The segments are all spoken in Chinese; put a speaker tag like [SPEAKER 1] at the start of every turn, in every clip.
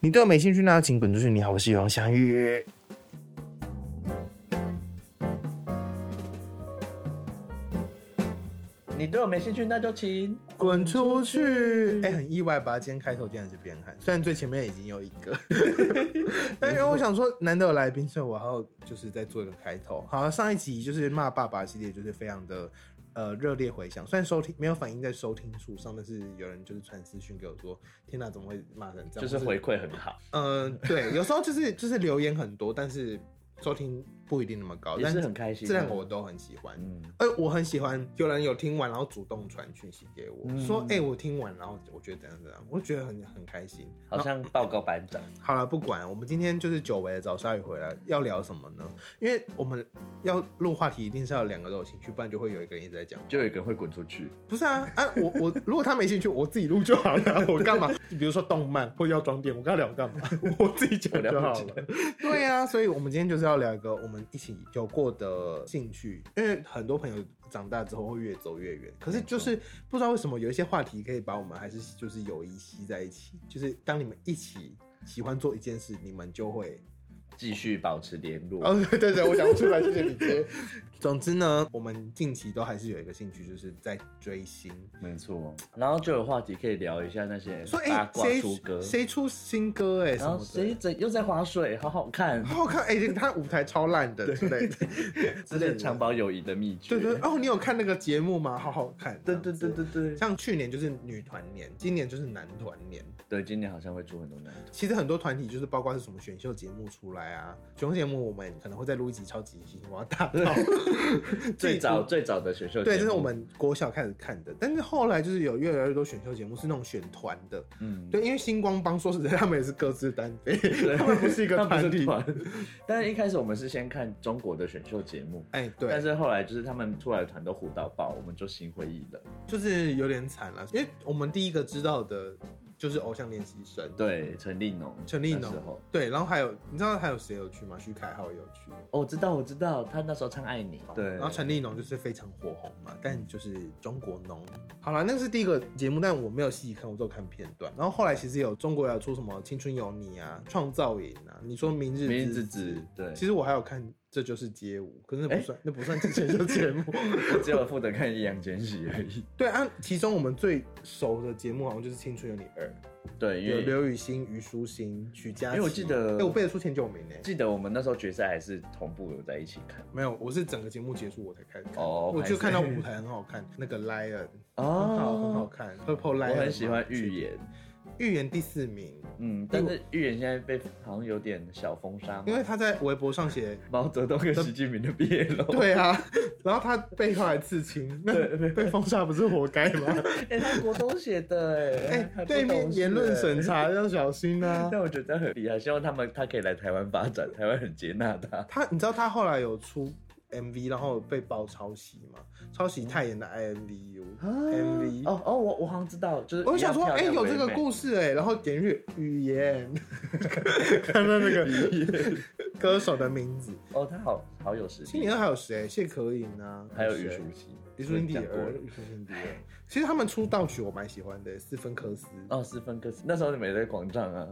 [SPEAKER 1] 你对我没兴趣，那就请滚出去！你好，我是永祥玉。
[SPEAKER 2] 你对我没兴趣，那就请
[SPEAKER 1] 滚出去！哎、很意外吧？今天开头竟然是边看，虽然最前面已经有一 个，但因为我想说，难得有来宾，所以我还要就是再做一个开头。好，上一集就是骂爸爸系列，就是非常的呃热烈回响，虽然收听没有反映在收听数上，但是有人就是传私讯给我说：“天哪、怎么会骂成这样？”
[SPEAKER 2] 就是
[SPEAKER 1] 或
[SPEAKER 2] 回馈很好，
[SPEAKER 1] 嗯、对，有时候就是就是留言很多，但是收听不一定那么高，
[SPEAKER 2] 也
[SPEAKER 1] 但
[SPEAKER 2] 是很开心。啊
[SPEAKER 1] 这两个我都很喜欢。
[SPEAKER 2] 嗯，
[SPEAKER 1] 哎、我很喜欢有人有听完，然后主动传讯息给我，
[SPEAKER 2] 嗯
[SPEAKER 1] 说：“哎、我听完，然后我觉得怎样怎样，我觉得很很开心。
[SPEAKER 2] 好像报告班长，
[SPEAKER 1] 好”了，不管，我们今天就是久违的早鲨鱼回来，要聊什么呢？因为我们要录话题，一定是要两个都有兴趣，不然就会有一个人一直在讲。
[SPEAKER 2] 就有一个人会滚出去。
[SPEAKER 1] 不是啊，啊，我我 如果他没兴趣，我自己录就好 了，我干嘛？比如说动漫或药妆店，我跟他聊干 嘛？我自己讲就好
[SPEAKER 2] 我了
[SPEAKER 1] 了。对啊，所以我们今天就是要聊一个我们一起有过的兴趣，因为很多朋友长大之后会越走越远，可是就是不知道为什么有一些话题可以把我们还是就是友谊系在一起，就是当你们一起喜欢做一件事，你们就会
[SPEAKER 2] 继续保持联络。
[SPEAKER 1] 哦，对对对，我想不出来，谢谢你接。 总之呢，我们近期都还是有一个兴趣，就是在追星。
[SPEAKER 2] 没错，然后就有话题可以聊一下那些
[SPEAKER 1] 说
[SPEAKER 2] 八
[SPEAKER 1] 哎，
[SPEAKER 2] 卦
[SPEAKER 1] 谁
[SPEAKER 2] 出歌，
[SPEAKER 1] 谁出新歌哎、什
[SPEAKER 2] 然
[SPEAKER 1] 么
[SPEAKER 2] 后
[SPEAKER 1] 的
[SPEAKER 2] 谁怎又在划水，好好看
[SPEAKER 1] 好，好看哎、这个他舞台超烂的之类的，之
[SPEAKER 2] 这
[SPEAKER 1] 类
[SPEAKER 2] 是
[SPEAKER 1] 的
[SPEAKER 2] 长保友谊的秘诀。
[SPEAKER 1] 对对哦，你有看那个节目吗？好好看。
[SPEAKER 2] 对对对
[SPEAKER 1] 这样子。
[SPEAKER 2] 对对对，
[SPEAKER 1] 像去年就是女团年，今年就是男团年。
[SPEAKER 2] 对，今年好像会出很多男团。
[SPEAKER 1] 其实很多团体就是包括是什么选秀节目出来啊，选秀节目我们可能会再录一集超级星光大道。
[SPEAKER 2] 最早最早的选秀节目，
[SPEAKER 1] 对，这是我们国小开始看的，但是后来就是有越来越多选秀节目是那种选团的。
[SPEAKER 2] 嗯，
[SPEAKER 1] 对，因为星光帮说实在，他们也是各自单飞，
[SPEAKER 2] 对，
[SPEAKER 1] 他们不是一个
[SPEAKER 2] 他
[SPEAKER 1] 团
[SPEAKER 2] 们不
[SPEAKER 1] 体
[SPEAKER 2] 是。团。但是一开始我们是先看中国的选秀节目，
[SPEAKER 1] 哎、对，
[SPEAKER 2] 但是后来就是他们出来的团都火到爆，我们就心灰意冷。
[SPEAKER 1] 就是有点惨了，因为我们第一个知道的就是偶像练习生，
[SPEAKER 2] 对，陈立农，
[SPEAKER 1] 陈立
[SPEAKER 2] 那时
[SPEAKER 1] 农
[SPEAKER 2] 候，
[SPEAKER 1] 对，然后还有你知道还有谁有去吗？徐凯浩也有去，
[SPEAKER 2] 哦，我知道，我知道，他那时候唱《爱你》，对，
[SPEAKER 1] 然后陈立农就是非常火红嘛，但就是中国农。好了，那是第一个节目，但我没有细看，我只有看片段。然后后来其实有中国有出什么《青春有你》啊，《创造营》啊，你说《明日
[SPEAKER 2] 明日
[SPEAKER 1] 之子
[SPEAKER 2] 之子》，对
[SPEAKER 1] 其实我还有看《这就是街舞》，可是那不算，那不算之前的节 目。
[SPEAKER 2] 我只有负责看易烊千玺而已。
[SPEAKER 1] 对啊，其中我们最熟的节目好像就是《青春有你二》。
[SPEAKER 2] 对，因
[SPEAKER 1] 有
[SPEAKER 2] 为
[SPEAKER 1] 刘雨欣、虞书欣、许佳琪。
[SPEAKER 2] 因为我记得
[SPEAKER 1] 哎、我背得出前九名呢。
[SPEAKER 2] 记得我们那时候决赛还是同步有在一起看。
[SPEAKER 1] 没有，我是整个节目结束我才开始看。
[SPEAKER 2] 哦
[SPEAKER 1] 我就
[SPEAKER 2] 拍
[SPEAKER 1] 看
[SPEAKER 2] 摄
[SPEAKER 1] 到舞台很好看，那个 Lion 很好，很好
[SPEAKER 2] 哦，
[SPEAKER 1] 看。Purple
[SPEAKER 2] 我
[SPEAKER 1] Lion，
[SPEAKER 2] 很喜欢预。言，
[SPEAKER 1] 预言第四名，
[SPEAKER 2] 嗯，但是预言现在被好像有点小封杀嘛，
[SPEAKER 1] 因为他在微博上 写。
[SPEAKER 2] 毛泽东跟习近平的毕业楼。
[SPEAKER 1] 对啊， 然后他背后还刺青，那 被封杀不是活该吗？
[SPEAKER 2] 哎、他国东写的哎、
[SPEAKER 1] 哎、
[SPEAKER 2] 他国
[SPEAKER 1] 对面
[SPEAKER 2] 董事
[SPEAKER 1] 言论审。
[SPEAKER 2] 哎
[SPEAKER 1] 查要小心 啊！
[SPEAKER 2] 但我觉得他很厉害，希望他们他可以来台湾发展，台湾很接纳他。
[SPEAKER 1] 他，你知道他后来有出 MV，然后被爆抄袭嘛？抄袭泰妍的 IMVU、MV
[SPEAKER 2] 哦哦，我我好像知道，就是
[SPEAKER 1] 我想说，哎、
[SPEAKER 2] 哎、
[SPEAKER 1] 有这个故事哎、然后点去语言， 看到那个歌手的名字，
[SPEAKER 2] 哦，他好好有实
[SPEAKER 1] 今
[SPEAKER 2] 力
[SPEAKER 1] 年，还有谁？谢可颖啊，
[SPEAKER 2] 还有虞
[SPEAKER 1] 谁
[SPEAKER 2] 书欣，
[SPEAKER 1] 虞书欣第
[SPEAKER 2] 讲过
[SPEAKER 1] 二，
[SPEAKER 2] 了
[SPEAKER 1] 虞书欣第二。其实他们出道曲我蛮喜欢的、四分科斯。
[SPEAKER 2] 哦，斯芬克斯，那时候你们也在广场啊，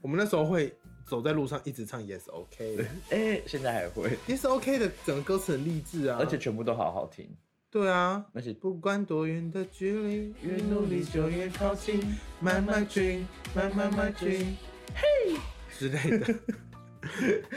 [SPEAKER 1] 我们那时候会走在路上一直唱 Yes OK
[SPEAKER 2] 哎、现在还会，
[SPEAKER 1] Yes OK 的整个歌词很励志啊，
[SPEAKER 2] 而且全部都好好听，
[SPEAKER 1] 对啊，
[SPEAKER 2] 而且
[SPEAKER 1] 不管多远的距离，
[SPEAKER 2] 越努力就越靠近，
[SPEAKER 1] 慢慢追，慢慢慢追，嘿之类 的。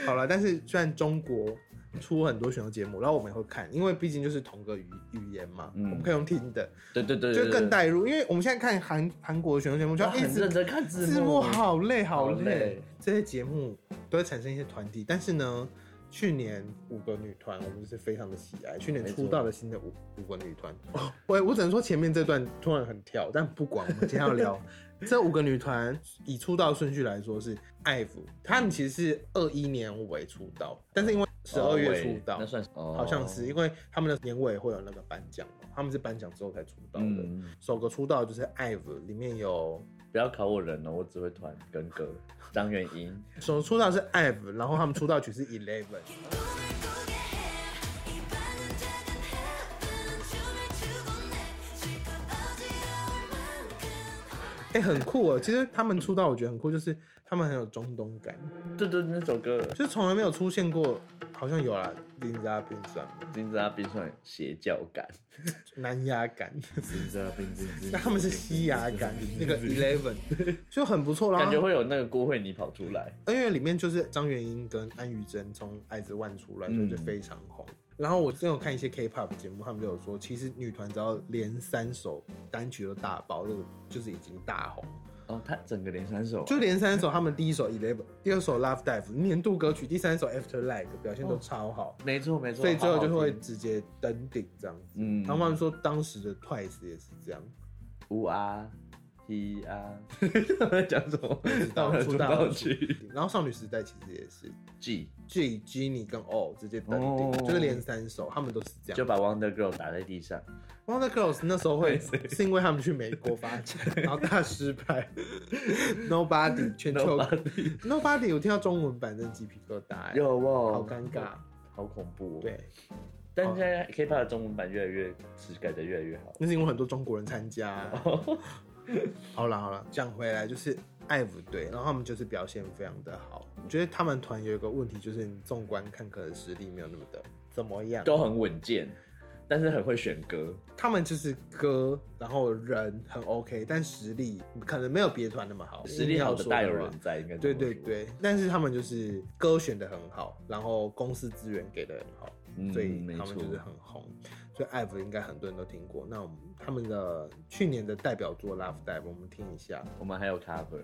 [SPEAKER 1] 好了，但是虽然中国出很多选秀节目，然后我们也会看，因为毕竟就是同个语语言嘛，
[SPEAKER 2] 嗯
[SPEAKER 1] 我们可以用听的，
[SPEAKER 2] 对对对对
[SPEAKER 1] 就
[SPEAKER 2] 对
[SPEAKER 1] 更带入。因为我们现在看韩韩国的选秀节目，就
[SPEAKER 2] 对
[SPEAKER 1] 要
[SPEAKER 2] 他
[SPEAKER 1] 一
[SPEAKER 2] 很
[SPEAKER 1] 直
[SPEAKER 2] 认真看字幕，
[SPEAKER 1] 字幕好累好
[SPEAKER 2] 好
[SPEAKER 1] 累
[SPEAKER 2] 累，
[SPEAKER 1] 这些节目都会产生一些团体，但是呢。去年五个女团，我们就是非常的喜爱。去年
[SPEAKER 2] 没错
[SPEAKER 1] 出道了新的五五个女团，哦我我只能说前面这段突然很跳，但不管，我们今天要 聊这五个女团，以出道顺序来说是 IVE，她们其实是二一年尾出道，但是因为十二月出道，
[SPEAKER 2] 那算是哦
[SPEAKER 1] 好像是因为他们的年尾会有那个颁奖嘛，他们是颁奖之后才出道的。
[SPEAKER 2] 嗯，
[SPEAKER 1] 首个出道就是 IVE，里面有
[SPEAKER 2] 不要考我人哦，我只会团跟歌，张元英。
[SPEAKER 1] 首出道是 IVE，然后他们出道曲是 Eleven。哎、哎、很酷哦。其实他们出道，我觉得很酷，就是他们很有中东感，
[SPEAKER 2] 对对，那首歌
[SPEAKER 1] 就是从来没有出现过，好像有啦，林扎变算
[SPEAKER 2] 金扎冰算邪教感，
[SPEAKER 1] 南亚感，
[SPEAKER 3] 那
[SPEAKER 1] 那他们是西亚感，那个 Eleven 就很不错啦。
[SPEAKER 2] 感觉会有那个郭慧妮跑出来。
[SPEAKER 1] 因为里面就是张元英跟安于真从爱之万出来，所
[SPEAKER 2] 嗯
[SPEAKER 1] 以就非常红。然后我最近有看一些 K-pop 节目，他们就有说，其实女团只要连三首单曲都大爆，这个就是已经大红。
[SPEAKER 2] 哦，他整个连三首啊，
[SPEAKER 1] 就连三首，他们第一首 Eleven，第二首 Love Dive 年度歌曲，第三首 After Like 表现都超好，
[SPEAKER 2] 没错没错，
[SPEAKER 1] 所以最后
[SPEAKER 2] 好好
[SPEAKER 1] 就会
[SPEAKER 2] 听
[SPEAKER 1] 直接登顶这样子。
[SPEAKER 2] 嗯，
[SPEAKER 1] 然后他们说当时的 Twice 也是这样，
[SPEAKER 2] 五啊一啊，他们在 讲什么？他们
[SPEAKER 1] 出
[SPEAKER 2] 出
[SPEAKER 1] 道
[SPEAKER 2] 道
[SPEAKER 1] 曲
[SPEAKER 2] 曲，
[SPEAKER 1] 然后少女时代其实也是
[SPEAKER 2] G
[SPEAKER 1] G Genie 跟 O 直接登顶，
[SPEAKER 2] 哦
[SPEAKER 1] 就是连三首，他们都是这样
[SPEAKER 2] 就。把 Wonder Girl 打在地上，
[SPEAKER 1] Wonder Girls 那时候会
[SPEAKER 2] 对
[SPEAKER 1] 是因为他们去美国发 展，然后大失败。Nobody 全 球
[SPEAKER 2] Nobody
[SPEAKER 1] Nobody 我听到中文版真的鸡皮疙瘩、欸，
[SPEAKER 2] 有哦，
[SPEAKER 1] 好尴尬。
[SPEAKER 2] 好恐怖、哦。，
[SPEAKER 1] 对，哦
[SPEAKER 2] 但现在 K-pop 的中文版越来越是改的越来越好。
[SPEAKER 1] 那是因为很多中国人参加。啊
[SPEAKER 2] 哦
[SPEAKER 1] 好了好了，讲回来就是爱不对，然后他们就是表现非常的好。我觉得他们团有一个问题，就是你纵观看，可能实力没有那么的怎么样。
[SPEAKER 2] 都很稳健，但是很会选歌。
[SPEAKER 1] 他们就是歌，然后人很 OK，但实力可能没有别团那么嗯好。
[SPEAKER 2] 实力好的大有
[SPEAKER 1] 硬要说
[SPEAKER 2] 人
[SPEAKER 1] 话
[SPEAKER 2] 在，应该这
[SPEAKER 1] 对
[SPEAKER 2] 么说
[SPEAKER 1] 对，对，但是他们就是歌选的很好，然后公司资源给的很好，
[SPEAKER 2] 嗯
[SPEAKER 1] 所以
[SPEAKER 2] 没
[SPEAKER 1] 他
[SPEAKER 2] 错
[SPEAKER 1] 们就是很红。所以 IVE 应该很多人都听过。那我们他们的去年的代表作《Love Dive》，我们听一下。
[SPEAKER 2] 我们还有 cover，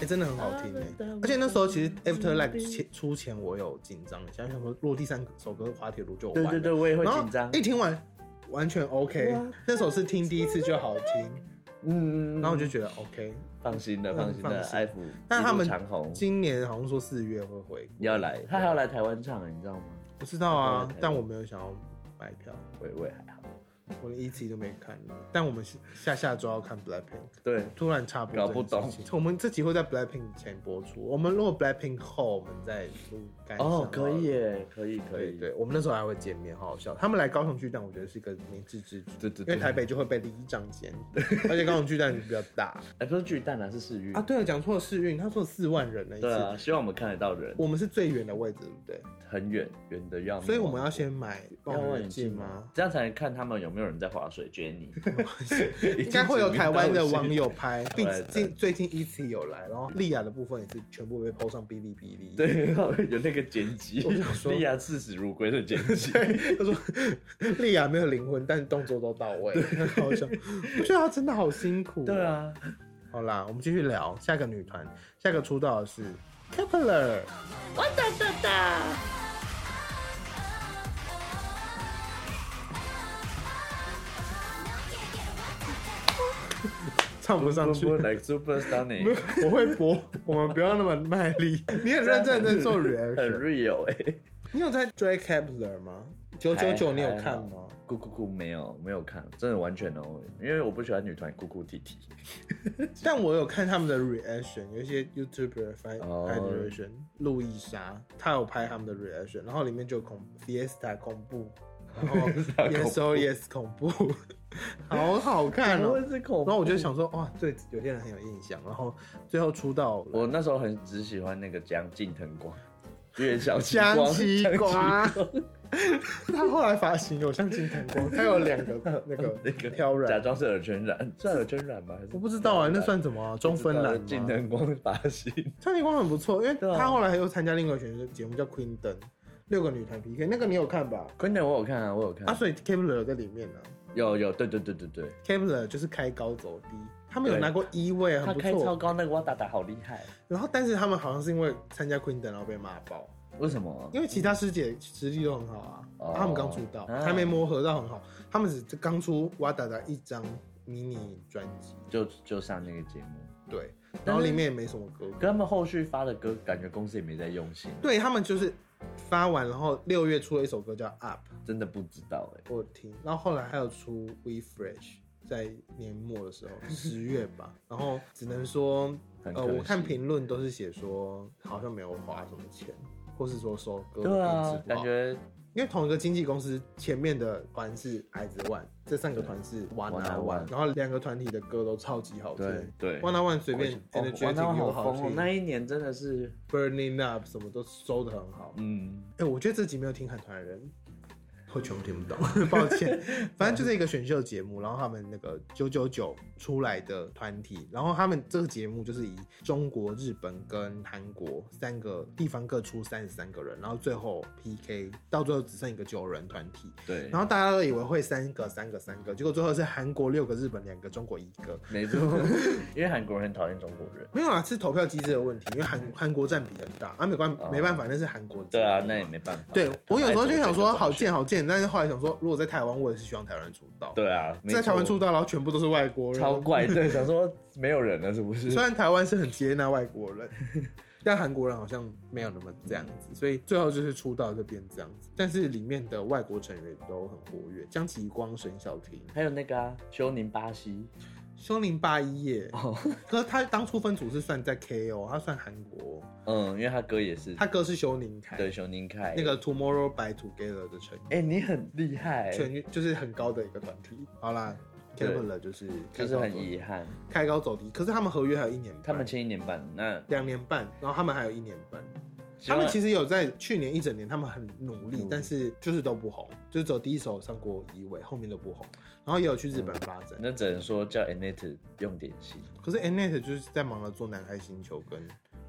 [SPEAKER 1] 哎、真的很好听哎、而且那时候其实 After Like 前出前我有紧张一下，想说落第三首歌《滑铁卢》就完
[SPEAKER 2] 对
[SPEAKER 1] 了，
[SPEAKER 2] 对对，我也会
[SPEAKER 1] 然后
[SPEAKER 2] 紧张。
[SPEAKER 1] 一听完完全 OK，那首是听第一次就好听，
[SPEAKER 2] 嗯，
[SPEAKER 1] 然后我就觉得 OK。
[SPEAKER 2] 放心了，放心
[SPEAKER 1] 放
[SPEAKER 2] 了，
[SPEAKER 1] 心
[SPEAKER 2] 艾福，
[SPEAKER 1] 但他们
[SPEAKER 2] 长虹
[SPEAKER 1] 今年好像说四月会回，
[SPEAKER 2] 要来，他还要来台湾唱，你知道吗？
[SPEAKER 1] 我知道
[SPEAKER 2] 台湾
[SPEAKER 1] 啊
[SPEAKER 2] 台，湾
[SPEAKER 1] 但我没有想要买票，
[SPEAKER 2] 我也我也还好，
[SPEAKER 1] 我连一集都没看。但我们下下周要看 Blackpink，
[SPEAKER 2] 对，
[SPEAKER 1] 突然插播这件
[SPEAKER 2] 搞不懂
[SPEAKER 1] 事情，我们这集会在 Blackpink 前播出，我们如果 Blackpink 后，我们再录感想
[SPEAKER 2] 哦，可以
[SPEAKER 1] 好了。
[SPEAKER 2] 耶，可以可
[SPEAKER 1] 对
[SPEAKER 2] 以，
[SPEAKER 1] 对，我们那时候还会见面，好好笑。他们来高雄巨蛋，我觉得是一个明智之举，
[SPEAKER 2] 对对
[SPEAKER 1] 因为
[SPEAKER 2] 对，
[SPEAKER 1] 台北就会被第一仗 奸，而且高雄巨蛋比较大
[SPEAKER 2] 哎不是巨蛋啊，是世运
[SPEAKER 1] 啊。对了，讲错了世运，他说四万人那一
[SPEAKER 2] 对
[SPEAKER 1] 次，
[SPEAKER 2] 啊，希望我们看得到人，
[SPEAKER 1] 我们是最远的位置，对不对？
[SPEAKER 2] 很远远的要命，
[SPEAKER 1] 所以我们要先买
[SPEAKER 2] 嗯要
[SPEAKER 1] 望
[SPEAKER 2] 望
[SPEAKER 1] 远
[SPEAKER 2] 远
[SPEAKER 1] 镜
[SPEAKER 2] 镜啊
[SPEAKER 1] 吗
[SPEAKER 2] 吗？？这样才能看他们有没有人在划水接 你。
[SPEAKER 1] 应该会有台湾的网友拍，
[SPEAKER 2] 对
[SPEAKER 1] 毕
[SPEAKER 2] 对
[SPEAKER 1] 竟最近一次有来，然后莉亚的部分也是全部被抛上哔哩哔哩。，
[SPEAKER 2] 对，有那个剪辑
[SPEAKER 1] 我想，说
[SPEAKER 2] 莉亚视死如归的剪辑，
[SPEAKER 1] 他说 莉亚没有灵魂，但是动作都到位，好笑。我觉得她真的好辛苦。哦
[SPEAKER 2] 对，啊，
[SPEAKER 1] 好啦，我们继续聊下个女团，下个出道的是 Kepler。唱不上去，
[SPEAKER 2] 来 Super Stunning，
[SPEAKER 1] 我会播，我们不要那么卖力。你很认真地在做
[SPEAKER 2] 很
[SPEAKER 1] reaction。
[SPEAKER 2] real 哎、
[SPEAKER 1] 你有在追 Kepler 吗？九九九，
[SPEAKER 2] 还
[SPEAKER 1] 你有看吗？
[SPEAKER 2] 咕咕咕没有没有看，真的完全哦，因为我不喜欢女团哭哭啼 啼。
[SPEAKER 1] 但我有看他们的 reaction，有一些 YouTuber 拍
[SPEAKER 2] 哦
[SPEAKER 1] 拍的 reaction，路易莎她有拍他们的 reaction，然后里面就有恐 Fiesta 恐怖，然 后 Yes O Yes 恐怖， 好好看哦。
[SPEAKER 2] 是恐
[SPEAKER 1] 然后我就，想说，哇，对有些人很有印象，然后最后出道了
[SPEAKER 2] 我那时候很只喜欢那个江近藤光，月小七
[SPEAKER 1] 江
[SPEAKER 2] 光，
[SPEAKER 1] 西
[SPEAKER 2] 江
[SPEAKER 1] 瓜，他后来发型有像金城光， 他有两个那个
[SPEAKER 2] 那个
[SPEAKER 1] 挑
[SPEAKER 2] 假
[SPEAKER 1] 染，
[SPEAKER 2] 装是耳圈染，算耳圈染吗？还是
[SPEAKER 1] 我不知道啊、那算什么啊、中分男
[SPEAKER 2] 近
[SPEAKER 1] 吗？
[SPEAKER 2] 藤光的发型，
[SPEAKER 1] 张立光很不错，因为
[SPEAKER 2] 对啊
[SPEAKER 1] 他后来又参加另外一个选秀节目叫 Queen 灯，六个女团 PK，那个你有看吧？
[SPEAKER 2] 昆的我有看啊，我有看，
[SPEAKER 1] 啊，所以 Kepler 有在里面呢、
[SPEAKER 2] 有有，对对对对对，
[SPEAKER 1] k e p l e r 就是开高走低，他们有
[SPEAKER 2] 对
[SPEAKER 1] 拿过一位，
[SPEAKER 2] 他
[SPEAKER 1] 很不
[SPEAKER 2] 开超
[SPEAKER 1] 错。
[SPEAKER 2] 高那个哇达达好厉害，
[SPEAKER 1] 然后，但是他们好像是因为参加 Queen 灯然后被骂爆，
[SPEAKER 2] 为什么？
[SPEAKER 1] 因为其他师姐实力都很好啊，
[SPEAKER 2] 哦
[SPEAKER 1] 他们刚出道，
[SPEAKER 2] 啊
[SPEAKER 1] 还没磨合到很好，他们只刚出哇达达一张迷你专辑，
[SPEAKER 2] 就就上那个节目，
[SPEAKER 1] 对，
[SPEAKER 2] 但是
[SPEAKER 1] 然后里面也没什么歌，
[SPEAKER 2] 可他们后续发的歌，感觉公司也没在用心，
[SPEAKER 1] 对他们就是发完，然后六月出了一首歌叫 Up，
[SPEAKER 2] 真的不知道哎、
[SPEAKER 1] 我有听，然后后来还有出 We Fresh，在年末的时候，十月吧。然后只能说，
[SPEAKER 2] 很
[SPEAKER 1] 呃，
[SPEAKER 2] 可
[SPEAKER 1] 我看
[SPEAKER 2] 惜
[SPEAKER 1] 评论都是写说好像没有花什么钱，或是说收歌的
[SPEAKER 2] 对
[SPEAKER 1] 品
[SPEAKER 2] 啊
[SPEAKER 1] 质，不
[SPEAKER 2] 感
[SPEAKER 1] 好。
[SPEAKER 2] 觉
[SPEAKER 1] 因为同一个经纪公司前面的团是矮子万，这三个团是 One
[SPEAKER 2] One
[SPEAKER 1] a
[SPEAKER 2] on
[SPEAKER 1] One，
[SPEAKER 2] One
[SPEAKER 1] 然后两个团体的歌都超级好听。
[SPEAKER 2] 对对
[SPEAKER 1] One a One 随便
[SPEAKER 2] 哦哇，那
[SPEAKER 1] Energetic 又
[SPEAKER 2] 好
[SPEAKER 1] 好
[SPEAKER 2] 疯哦！
[SPEAKER 1] 听
[SPEAKER 2] 那一年真 的是，
[SPEAKER 1] ，Burning Up 什么都收的很好。
[SPEAKER 2] 嗯，
[SPEAKER 1] 哎、我觉得这集没有听韩团的人 会全部听不懂， 抱歉。反正就是一个选秀节目，然后他们那个九九九出来的团体，然后他们这个节目就是以中国、日本跟韩国三个地方各出三十三个人，然后最后 PK，到最后只剩一个九人团体。
[SPEAKER 2] 对，
[SPEAKER 1] 然后大家都以为会三个、三个、三个，结果最后是韩国六个、日本两个、中国一个。
[SPEAKER 2] 没错，因为韩国人很讨厌中国人。
[SPEAKER 1] 没有啊，是投票机制的问题，因为韩韩国占比很大啊，没关
[SPEAKER 2] 哦
[SPEAKER 1] 没办法，那是韩国。
[SPEAKER 2] 对啊，那也没办法。
[SPEAKER 1] 对我有时候就想说好
[SPEAKER 2] 贱。
[SPEAKER 1] 贱好贱，但是后来想说，如果在台湾，我也是希望台湾人出道。
[SPEAKER 2] 对啊，没
[SPEAKER 1] 在台湾
[SPEAKER 2] 错
[SPEAKER 1] 出道，然后全部都是外国人，
[SPEAKER 2] 超怪，对，想说没有人了，是不是
[SPEAKER 1] 虽？然台湾是很接纳外国 人，但韩国人好像没有那么这样子，所以最后就是出道就变这样子。但是里面的外国成员都很活跃，江启光、沈小婷、
[SPEAKER 2] 还有那个啊，休宁巴西，
[SPEAKER 1] 胸林八一耶。
[SPEAKER 2] 哦，
[SPEAKER 1] 可是他当初分组是算在 KO，他算韩国，
[SPEAKER 2] 嗯，因为他哥也是，
[SPEAKER 1] 他哥是修宁凯，
[SPEAKER 2] 对，休宁凯
[SPEAKER 1] 那，个 Tomorrow by Together 的成员。
[SPEAKER 2] 哎，你很厉害，
[SPEAKER 1] 全就是很高的一个团体。好啦 c
[SPEAKER 2] 对
[SPEAKER 1] a m e 就是开
[SPEAKER 2] 就
[SPEAKER 1] 高
[SPEAKER 2] 是很 E
[SPEAKER 1] 走
[SPEAKER 2] 遗憾，
[SPEAKER 1] 开高走低，可是他们合约还有一年半，
[SPEAKER 2] 他们签一年半，那
[SPEAKER 1] 两年半，然后他们还有一年半。他们其
[SPEAKER 2] 实
[SPEAKER 1] 实有在去年一整年，他们很努力
[SPEAKER 2] 嗯，
[SPEAKER 1] 但是就是都不红，就是走第一首上过一位，后面都不红，然后也有去日本发展。
[SPEAKER 2] 那只能说叫 Annette 用点心，
[SPEAKER 1] 可是 Annette 就是在忙着做《南海星球》跟，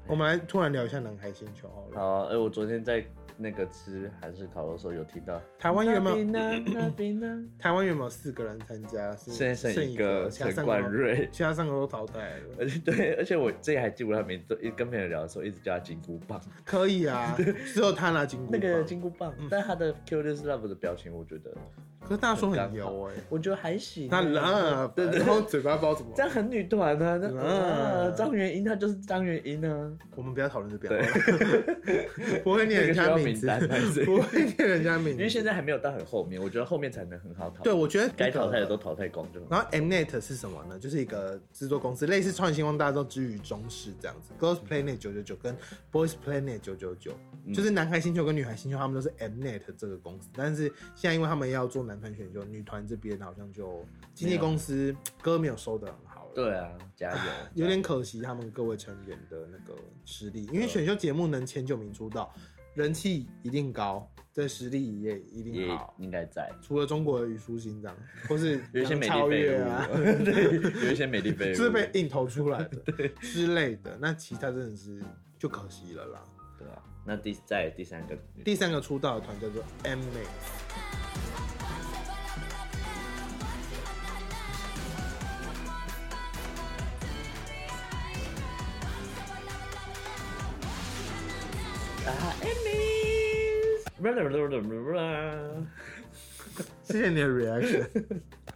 [SPEAKER 1] 我们来突然聊一下《南海星球》好了。
[SPEAKER 2] 好啊，哎，我昨天在那个吃韩式烤肉的时候有听到，
[SPEAKER 1] 台湾有没有
[SPEAKER 2] 那那边呢？
[SPEAKER 1] 台湾有没有四个人参加？是
[SPEAKER 2] 现在剩一个
[SPEAKER 1] 其他
[SPEAKER 2] 陈
[SPEAKER 1] 三
[SPEAKER 2] 冠
[SPEAKER 1] 个都
[SPEAKER 2] 瑞。
[SPEAKER 1] 其他三个都淘汰了。
[SPEAKER 2] 而且对，而且我自己还记不他名字，一跟朋友聊的时候一直叫他金箍棒，
[SPEAKER 1] 可以 啊，只有他拿金箍
[SPEAKER 2] 那
[SPEAKER 1] 棒。嗯
[SPEAKER 2] 个金箍棒，但他的 Q 六 Love 的表情，我觉得
[SPEAKER 1] 可是大家说很油哎、
[SPEAKER 2] 我觉得还行
[SPEAKER 1] 他
[SPEAKER 2] 啊。
[SPEAKER 1] 啊，
[SPEAKER 2] 对对
[SPEAKER 1] 然后嘴巴不知道怎么
[SPEAKER 2] 这。样很女团啊，那
[SPEAKER 1] 啊
[SPEAKER 2] 啊，张元英她就是张元英啊，
[SPEAKER 1] 我们不要讨论这边
[SPEAKER 2] 对，
[SPEAKER 1] 不会念人
[SPEAKER 2] 那
[SPEAKER 1] 家
[SPEAKER 2] 个需要
[SPEAKER 1] 名
[SPEAKER 2] 名单还
[SPEAKER 1] 字，
[SPEAKER 2] 是
[SPEAKER 1] 不会念人家名
[SPEAKER 2] 因
[SPEAKER 1] 字。
[SPEAKER 2] 为现在还没有到很后面，我觉得后面才能很好淘汰。
[SPEAKER 1] 对，我觉得
[SPEAKER 2] 该淘汰的都。淘汰光就很好。
[SPEAKER 1] 然后 Mnet 是什么呢？就是一个制作公司，类似创业星光大道之于中式这样子。Girls Planet 九九九跟 Boys Planet 九九九，
[SPEAKER 2] 嗯
[SPEAKER 1] 就是男孩星球跟女孩星球，他们都是 Mnet 这个公司。但是现在因为他们要做男团选秀，女团这边好像就经纪公司歌没有收的很好了。
[SPEAKER 2] 啊对啊，加油！
[SPEAKER 1] 有点可惜他们各位成员的那个实力，因为选秀节目能前九名出道，人气一定高，这实力也一定
[SPEAKER 2] 也
[SPEAKER 1] 好。
[SPEAKER 2] 应该在。
[SPEAKER 1] 除了中国的虞书欣这样，或是
[SPEAKER 2] 有一些
[SPEAKER 1] 杨
[SPEAKER 2] 美丽
[SPEAKER 1] 超
[SPEAKER 2] 废
[SPEAKER 1] 越
[SPEAKER 2] 物，
[SPEAKER 1] 啊，
[SPEAKER 2] 对，有一些美丽 废
[SPEAKER 1] 就
[SPEAKER 2] 物，
[SPEAKER 1] 是被硬投出来 的之类的，那其他真的是就可惜了啦。
[SPEAKER 2] 对啊。那第在第三个，
[SPEAKER 1] 第三个出道的团叫做 M X，
[SPEAKER 2] 啊，Amy，
[SPEAKER 1] 谢谢你的 reaction。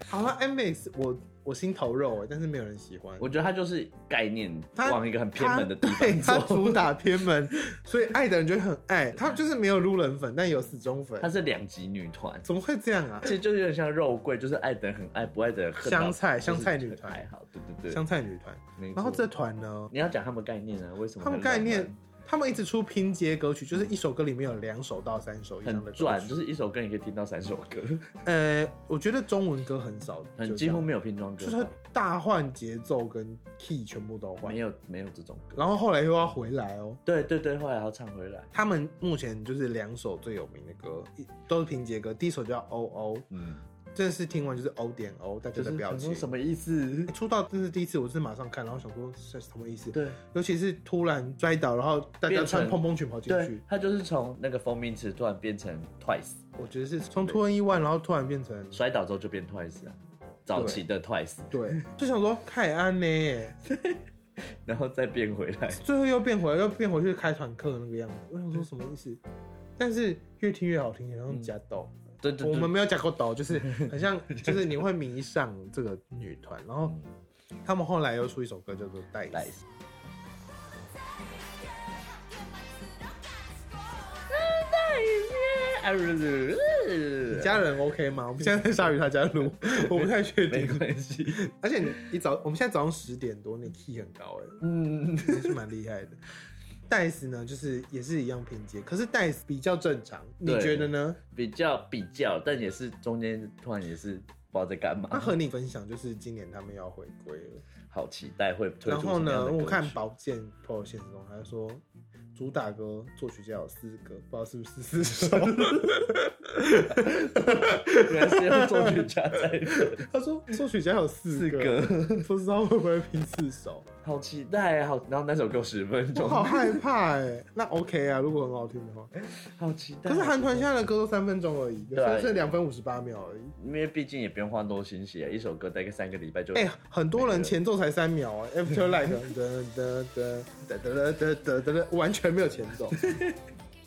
[SPEAKER 1] 好 了，M X 我我心头肉哎，但是没有人喜欢。
[SPEAKER 2] 我觉得他就是概念
[SPEAKER 1] 他
[SPEAKER 2] 往一个很偏门的地
[SPEAKER 1] 他对
[SPEAKER 2] 方
[SPEAKER 1] 他
[SPEAKER 2] 走，
[SPEAKER 1] 主打偏门，所以爱的人就很爱他，就是没有路人粉，但有死忠粉
[SPEAKER 2] 他，是两极女团，
[SPEAKER 1] 怎么会这样啊？
[SPEAKER 2] 其实就有点像肉桂，就是爱的人很爱，不爱的人恨到。
[SPEAKER 1] 香菜
[SPEAKER 2] 就是
[SPEAKER 1] 香菜女团
[SPEAKER 2] 还好，对对对
[SPEAKER 1] 香。菜女团，
[SPEAKER 2] 没错
[SPEAKER 1] 然后这团呢，
[SPEAKER 2] 你要讲他们概念啊，为什么
[SPEAKER 1] 他们
[SPEAKER 2] 很浪
[SPEAKER 1] 概
[SPEAKER 2] 漫
[SPEAKER 1] 念，他们一直出拼接歌曲，就是一首歌里面有两首到三首以上的
[SPEAKER 2] 很
[SPEAKER 1] 歌
[SPEAKER 2] 赚，
[SPEAKER 1] 曲。
[SPEAKER 2] 就是一首歌你可以听到三首歌，
[SPEAKER 1] 呃，我觉得中文歌很少，
[SPEAKER 2] 很
[SPEAKER 1] 就
[SPEAKER 2] 几乎
[SPEAKER 1] 这样
[SPEAKER 2] 没有拼装歌
[SPEAKER 1] 就
[SPEAKER 2] 吧，
[SPEAKER 1] 是大换节奏跟 key 全部都换
[SPEAKER 2] 没，有没有这种歌。
[SPEAKER 1] 然后后来又要回来哦。
[SPEAKER 2] 对对对，后来要唱回来，
[SPEAKER 1] 他们目前就是两首最有名的歌，一都是拼接歌。第一首叫《O O》，
[SPEAKER 2] 嗯，
[SPEAKER 1] 真的是听完就是 O 点 O 大家
[SPEAKER 2] 就
[SPEAKER 1] 的
[SPEAKER 2] 是
[SPEAKER 1] 表
[SPEAKER 2] 想
[SPEAKER 1] 情
[SPEAKER 2] 说。什么意思
[SPEAKER 1] 欸？出道真是第一次，我是马上看，然后想说这是什么意思？
[SPEAKER 2] 对
[SPEAKER 1] 尤其是突然摔倒，然后大家
[SPEAKER 2] 变成
[SPEAKER 1] 穿蓬蓬裙跑进
[SPEAKER 2] 对
[SPEAKER 1] 去，，
[SPEAKER 2] 他就是从那个蜂蜜词突然变成 Twice，
[SPEAKER 1] 我觉得是从突然意外，然后突然变成
[SPEAKER 2] 摔倒之后就变 Twice 啊，早期的 Twice，
[SPEAKER 1] 对，就想说凯安呢，
[SPEAKER 2] 然后再变回 来。
[SPEAKER 1] 最后又变回来，又变回去开团课那个样子，我想说什么意思？但是越听越好听，然后加抖，
[SPEAKER 2] 对对对，
[SPEAKER 1] 我们没有加过抖，就是很 像，就是你会迷上这个女团，然后
[SPEAKER 2] 嗯
[SPEAKER 1] 他们后来又出一首歌叫做《带
[SPEAKER 2] 来
[SPEAKER 3] 那也是
[SPEAKER 2] 啊呃
[SPEAKER 1] 你家人 OK 吗？我们现在在鲨鱼他家 录，我不太确
[SPEAKER 2] 没
[SPEAKER 1] 定。
[SPEAKER 2] 关系，
[SPEAKER 1] 而且你一早，我们现在早上十点多，你 key 很高哎、
[SPEAKER 2] 嗯，
[SPEAKER 1] 也是蛮厉害的。戴斯呢，就是也是一样拼接，可是戴斯比较正常，你
[SPEAKER 2] 对嗯
[SPEAKER 1] 觉得呢？
[SPEAKER 2] 比较比较，但也是中间突然也是不知道在干嘛
[SPEAKER 1] 那，和你分享，就是今年他们要回归了。
[SPEAKER 2] 好期待会推
[SPEAKER 1] 然
[SPEAKER 2] 出
[SPEAKER 1] 后
[SPEAKER 2] 什么样
[SPEAKER 1] 呢，
[SPEAKER 2] 的
[SPEAKER 1] 我
[SPEAKER 2] 歌
[SPEAKER 1] 看
[SPEAKER 2] 曲
[SPEAKER 1] 宝剑 PO 现实中，他就说主打歌作曲家有四个，不知道是不是四首。
[SPEAKER 2] 原来是用作曲家在的，
[SPEAKER 1] 他说作曲家有四
[SPEAKER 2] 四
[SPEAKER 1] 个，
[SPEAKER 2] 个，
[SPEAKER 1] 不知道会不会拼四 首，
[SPEAKER 2] 好期待啊！好，然后那首歌十分
[SPEAKER 1] 我
[SPEAKER 2] 钟，
[SPEAKER 1] 好害怕哎、那 OK 啊，如果很好听的话。
[SPEAKER 2] 好期待。
[SPEAKER 1] 可是韩团现在的歌都三分钟而已，有时候
[SPEAKER 2] 对啊
[SPEAKER 1] 是两分五十八秒而已。
[SPEAKER 2] 因为毕竟也不用花多心血，一首歌大概三个礼拜就
[SPEAKER 1] 哎、很多人前奏才三秒啊 a f t e r Like 噔噔噔噔噔噔噔噔噔，完全没有前 奏，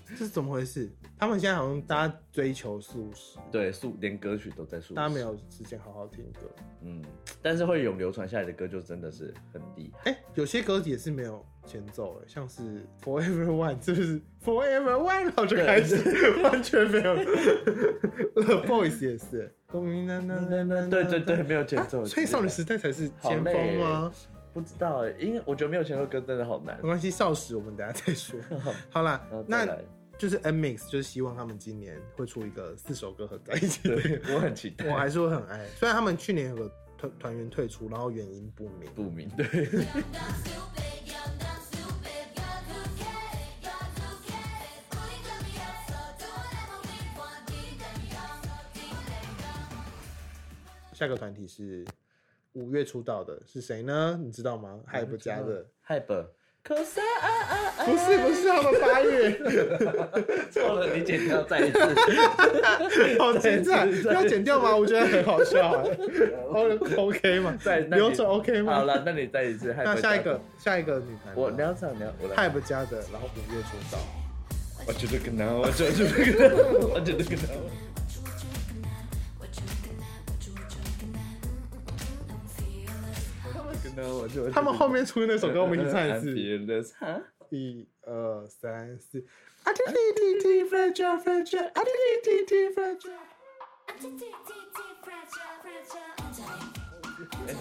[SPEAKER 1] 这是怎么回事？他们现在好像大家追求速食，
[SPEAKER 2] 对速连歌曲都在速，
[SPEAKER 1] 大家没有时间好好听歌。
[SPEAKER 2] 嗯，但是会有流传下来的歌就真的是很厉害。
[SPEAKER 1] 哎、有些歌也是没有前奏的，像是 Forever One，是不是 Forever One 然后就开始 完全没有？The Boys 也是，
[SPEAKER 2] 啊对
[SPEAKER 1] 对
[SPEAKER 2] 对对，，没有前奏、
[SPEAKER 1] 啊所以少女时代才是前锋吗？
[SPEAKER 2] 不知道哎，因为我觉得没有前奏歌真的好难
[SPEAKER 1] 没。关系，少时我们等下再 说。好啦
[SPEAKER 2] 然后，
[SPEAKER 1] 嗯
[SPEAKER 2] 再
[SPEAKER 1] 那
[SPEAKER 2] 来
[SPEAKER 1] 就是 N Mix，就是希望他们今年会出一个四首歌合在一起的歌。
[SPEAKER 2] 对，我很期待。
[SPEAKER 1] 我还是会很爱，虽然他们去年有个团团员退出，然后原因不明。
[SPEAKER 2] 不明 对，
[SPEAKER 1] 下个团体是五月出道的，是谁呢？你知道吗？海不加的，
[SPEAKER 2] hype。呃
[SPEAKER 1] 不是不是，他们八月，
[SPEAKER 2] 错了，你剪掉再一次。
[SPEAKER 1] 好精彩，要剪掉吗？我觉得很好笑啊。O OK 吗
[SPEAKER 2] 再？那你
[SPEAKER 1] 留着 OK
[SPEAKER 2] 好
[SPEAKER 1] 吗？
[SPEAKER 2] 了，那你再一次。
[SPEAKER 1] 那下一个，下一个女团，
[SPEAKER 2] 我你要唱，你要我来。
[SPEAKER 1] 海不加的，然后五月出道。
[SPEAKER 2] 我觉得更难，我觉得更难，我觉得更难。我觉得
[SPEAKER 1] 他们后面出的那首歌，我们一起唱一次。
[SPEAKER 2] 次。
[SPEAKER 1] 一二三四，啊滴滴滴滴 f r a g i l e f r a g i l e 啊滴滴滴滴 f r a g i l e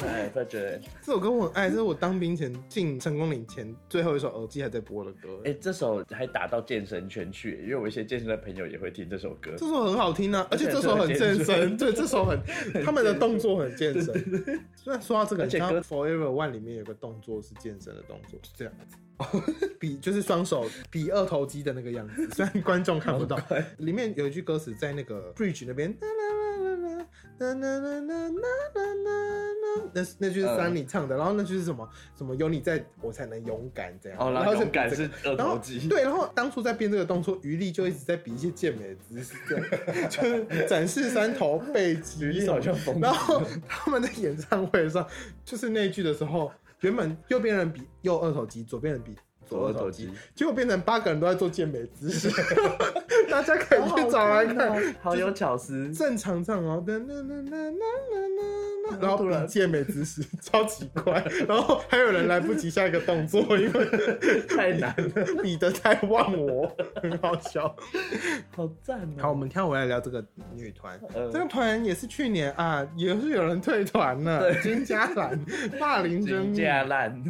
[SPEAKER 2] 哎，发觉，
[SPEAKER 1] 这首歌我很爱，这是我当兵前进成功岭前最后一首耳机还在播的歌。
[SPEAKER 2] 哎，这首还打到健身圈去，因为我一些健身的朋友也会听这首歌
[SPEAKER 1] 这。首很好听啊，而且这首很健身，对，这首很，他们的动作很健身。虽然说到这个，
[SPEAKER 2] 而
[SPEAKER 1] 你
[SPEAKER 2] 且
[SPEAKER 1] 知道
[SPEAKER 2] 歌
[SPEAKER 1] Forever One 里面有个动作是健身的动作，是这样子，比就是双手比二头肌的那个样子，虽然观众看不到。里面有一句歌词在那个 bridge 那边，那那那句是三里唱的，然后那句是什么什么有你在我才能勇敢这样，
[SPEAKER 2] 哦，然后
[SPEAKER 1] 是
[SPEAKER 2] 勇敢
[SPEAKER 1] 这个
[SPEAKER 2] 是二
[SPEAKER 1] 然
[SPEAKER 2] 头
[SPEAKER 1] 后
[SPEAKER 2] 肌，
[SPEAKER 1] 对，然后当初在编这个动作，余力就一直在比一些健美的姿势， 对就是展示三头背
[SPEAKER 2] 举
[SPEAKER 1] 肌什么的。
[SPEAKER 2] 手就疯
[SPEAKER 1] 然
[SPEAKER 2] 了。
[SPEAKER 1] 后他们在演唱会上，就是那一句的时候，原本右边人比右二头肌，左边人比左
[SPEAKER 2] 左
[SPEAKER 1] 二
[SPEAKER 2] 二头
[SPEAKER 1] 头肌
[SPEAKER 2] 肌，，
[SPEAKER 1] 结果变成八个人都在做健美姿 势，大家可以去找来 看。
[SPEAKER 2] 看，好有巧思。
[SPEAKER 1] 正常唱哦，噔噔噔噔噔噔噔，然
[SPEAKER 2] 然后
[SPEAKER 1] 后
[SPEAKER 2] 突然
[SPEAKER 1] 比健美姿势，超奇怪。然后还有人来不及下一个动作，因为
[SPEAKER 2] 太难
[SPEAKER 1] 了，比的太忘我，很好笑。
[SPEAKER 2] 好赞哦！
[SPEAKER 1] 好，我们跳回来聊这个女团。
[SPEAKER 2] 呃
[SPEAKER 1] 这个团也是去年啊，也是有人退团了，金嘉 兰、霸凌真
[SPEAKER 2] 金
[SPEAKER 1] 密，
[SPEAKER 2] 价烂，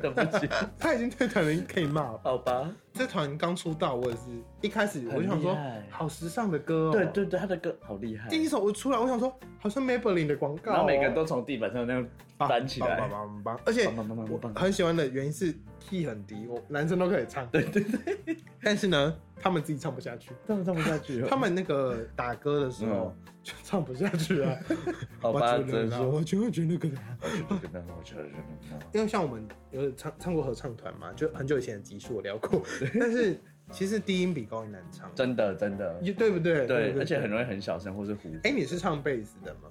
[SPEAKER 2] 对不起，
[SPEAKER 1] 他已经退团了，可以骂吧。
[SPEAKER 2] 好吧。
[SPEAKER 1] 这团刚出道，我也是一开始我就想说
[SPEAKER 2] 很厉害，
[SPEAKER 1] 好时尚的歌哦。
[SPEAKER 2] 对对对，他的歌好厉害，
[SPEAKER 1] 第一首我出来，我想说好像 Maybelline 的广告哦，
[SPEAKER 2] 然后每个人都从地板上那样翻起来，
[SPEAKER 1] 棒棒棒棒！而且
[SPEAKER 2] 棒棒棒棒
[SPEAKER 1] 我
[SPEAKER 2] 棒
[SPEAKER 1] 很喜欢的原因是 key 很低，我男生都可以唱。对对对。但是呢，他们自己唱不下去，
[SPEAKER 2] 他们唱不下去了，
[SPEAKER 1] 他们那个打歌的时候就唱不下去啊。
[SPEAKER 2] 嗯 好吧，
[SPEAKER 1] 我
[SPEAKER 2] 只
[SPEAKER 1] 觉得
[SPEAKER 2] 能
[SPEAKER 1] 啦
[SPEAKER 2] 说，
[SPEAKER 1] 我就会觉得那个啦，
[SPEAKER 2] 我觉得我觉得那
[SPEAKER 1] 因为像我们有唱唱过合唱团嘛，就很久以前的集数我聊过，但是其实低音比高音难唱，
[SPEAKER 2] 真的真的，
[SPEAKER 1] 你对不对？
[SPEAKER 2] 对，
[SPEAKER 1] 不
[SPEAKER 2] 而且很容易很小声或是糊，
[SPEAKER 1] 哎，你是唱贝斯的吗？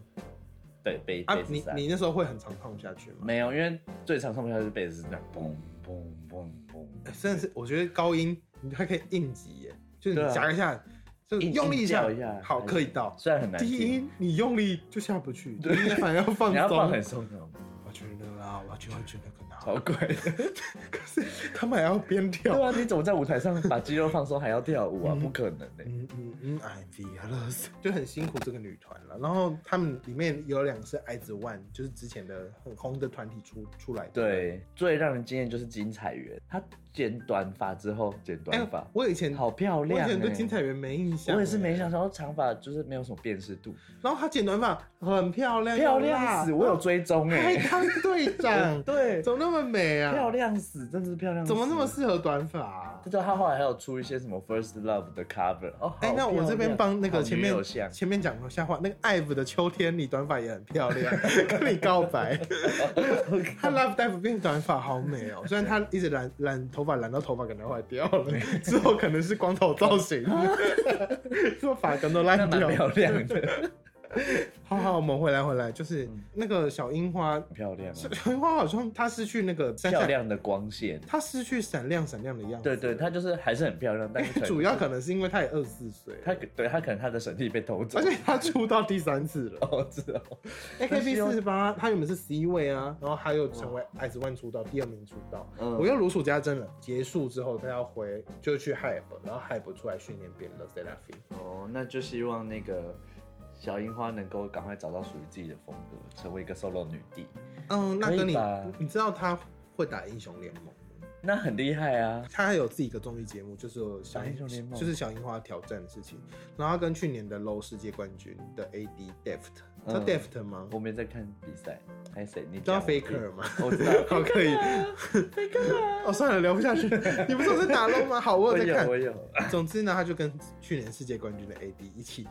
[SPEAKER 2] 对被
[SPEAKER 1] 啊
[SPEAKER 2] 被，子
[SPEAKER 1] 你
[SPEAKER 2] 塞，
[SPEAKER 1] 你那时候会很常唱不下去吗？
[SPEAKER 2] 没有，因为最常唱不下去是贝斯这样嘣嘣嘣嘣，
[SPEAKER 1] 真的是，我觉得高音你还可以应急耶，就是
[SPEAKER 2] 对
[SPEAKER 1] 你
[SPEAKER 2] 啊
[SPEAKER 1] 夹一下，就
[SPEAKER 2] 硬
[SPEAKER 1] 用力下，
[SPEAKER 2] 硬叫一下
[SPEAKER 1] 好可以到。
[SPEAKER 2] 虽然很难
[SPEAKER 1] 低
[SPEAKER 2] 听，
[SPEAKER 1] 音你用力就下不去，低音反而要放
[SPEAKER 2] 你要放
[SPEAKER 1] 松
[SPEAKER 2] 很。松的，
[SPEAKER 1] 我觉得啊，我就会觉得可能
[SPEAKER 2] 超怪的。
[SPEAKER 1] 他们还要边跳
[SPEAKER 2] 对。啊，你怎么在舞台上把肌肉放松还要跳舞啊？
[SPEAKER 1] 嗯
[SPEAKER 2] 不可能的、
[SPEAKER 1] 嗯嗯嗯，I'm fearless，就 很辛苦这个女团了。然后他们里面有两个是 IZ ONE，就是之前的很红的团体出出来的。
[SPEAKER 2] 对，最让人惊艳就是金彩媛，她剪短发之后剪
[SPEAKER 1] 哎
[SPEAKER 2] 短
[SPEAKER 1] 呦，
[SPEAKER 2] 发，
[SPEAKER 1] 我以前
[SPEAKER 2] 好漂
[SPEAKER 1] 我以
[SPEAKER 2] 亮、欸。
[SPEAKER 1] 前对金彩媛欸没印象，
[SPEAKER 2] 我也是没。想到长发就是没有什么辨识度，
[SPEAKER 1] 然后她剪短发很漂亮，又
[SPEAKER 2] 漂
[SPEAKER 1] 辣
[SPEAKER 2] 亮死！我有追踪哎、
[SPEAKER 1] 还当队长，
[SPEAKER 2] 对，
[SPEAKER 1] 怎么那么美啊？
[SPEAKER 2] 漂，亮死，真的是漂亮死。
[SPEAKER 1] 怎么那么适合短发、啊？
[SPEAKER 2] 这就他后来还有出一些什么 First Love 的 cover 哦。好
[SPEAKER 1] 哎、那我这边帮那个前面
[SPEAKER 2] 有像
[SPEAKER 1] 前面讲下话，那个 IVE 的秋天，你短发也很漂 亮，跟你告白。他 Love Dive 变短发好美哦，虽然他一直染染头发染到头发可能坏掉 了，之后可能是光头造型，做发根都
[SPEAKER 2] 那
[SPEAKER 1] 烂
[SPEAKER 2] 蛮
[SPEAKER 1] 掉。
[SPEAKER 2] 漂亮的，
[SPEAKER 1] 好好，我们回来回来，就是
[SPEAKER 2] 嗯
[SPEAKER 1] 那个小樱花，
[SPEAKER 2] 漂亮、 啊，
[SPEAKER 1] 小樱花好像她失去那个闪
[SPEAKER 2] 漂
[SPEAKER 1] 闪，
[SPEAKER 2] 亮的光线。
[SPEAKER 1] 她失去闪亮闪亮的样子。
[SPEAKER 2] 对对，她就是还是很漂亮，但是可 能
[SPEAKER 1] 主要可能是因为她也二十四岁了，
[SPEAKER 2] 她可对她可能她的身体被偷走
[SPEAKER 1] 而。且她出道第三次了。
[SPEAKER 2] 哦，知道。
[SPEAKER 1] AKB 四十八，他原本是 C 位啊，然后他又成
[SPEAKER 2] 哦
[SPEAKER 1] 为 S One 出道第二名出道。
[SPEAKER 2] 嗯
[SPEAKER 1] 我又如数家珍了。结束之后，他要回就去 Hype，然后 Hype 出来训练变了 s e l a f i
[SPEAKER 2] 哦，那就希望那个小樱花能够赶快找到属于自己的风格，成为一个 solo 女帝，
[SPEAKER 1] 嗯，那跟
[SPEAKER 2] 可以
[SPEAKER 1] 你
[SPEAKER 2] 吧
[SPEAKER 1] 你知道他会打英雄联盟吗？
[SPEAKER 2] 那很厉害啊。
[SPEAKER 1] 他还有自己一个综艺节目，就是有小
[SPEAKER 2] 打英雄联盟
[SPEAKER 1] 就是小樱花挑战的事情。然后他跟去年的 LOL 世界冠军的 AD Deft，知道
[SPEAKER 2] 嗯
[SPEAKER 1] Deft 吗？
[SPEAKER 2] 我没在看比赛，还有谁？你
[SPEAKER 1] 知道
[SPEAKER 2] 讲我听
[SPEAKER 1] Faker 吗？
[SPEAKER 2] 我知道，
[SPEAKER 1] 好，可以。哦，算了，聊不下 去。你不是有在打 LOL 吗？好，我
[SPEAKER 2] 我
[SPEAKER 1] 有在看
[SPEAKER 2] 有。我有。
[SPEAKER 1] 总之呢，他就跟去年世界冠军的 AD 一起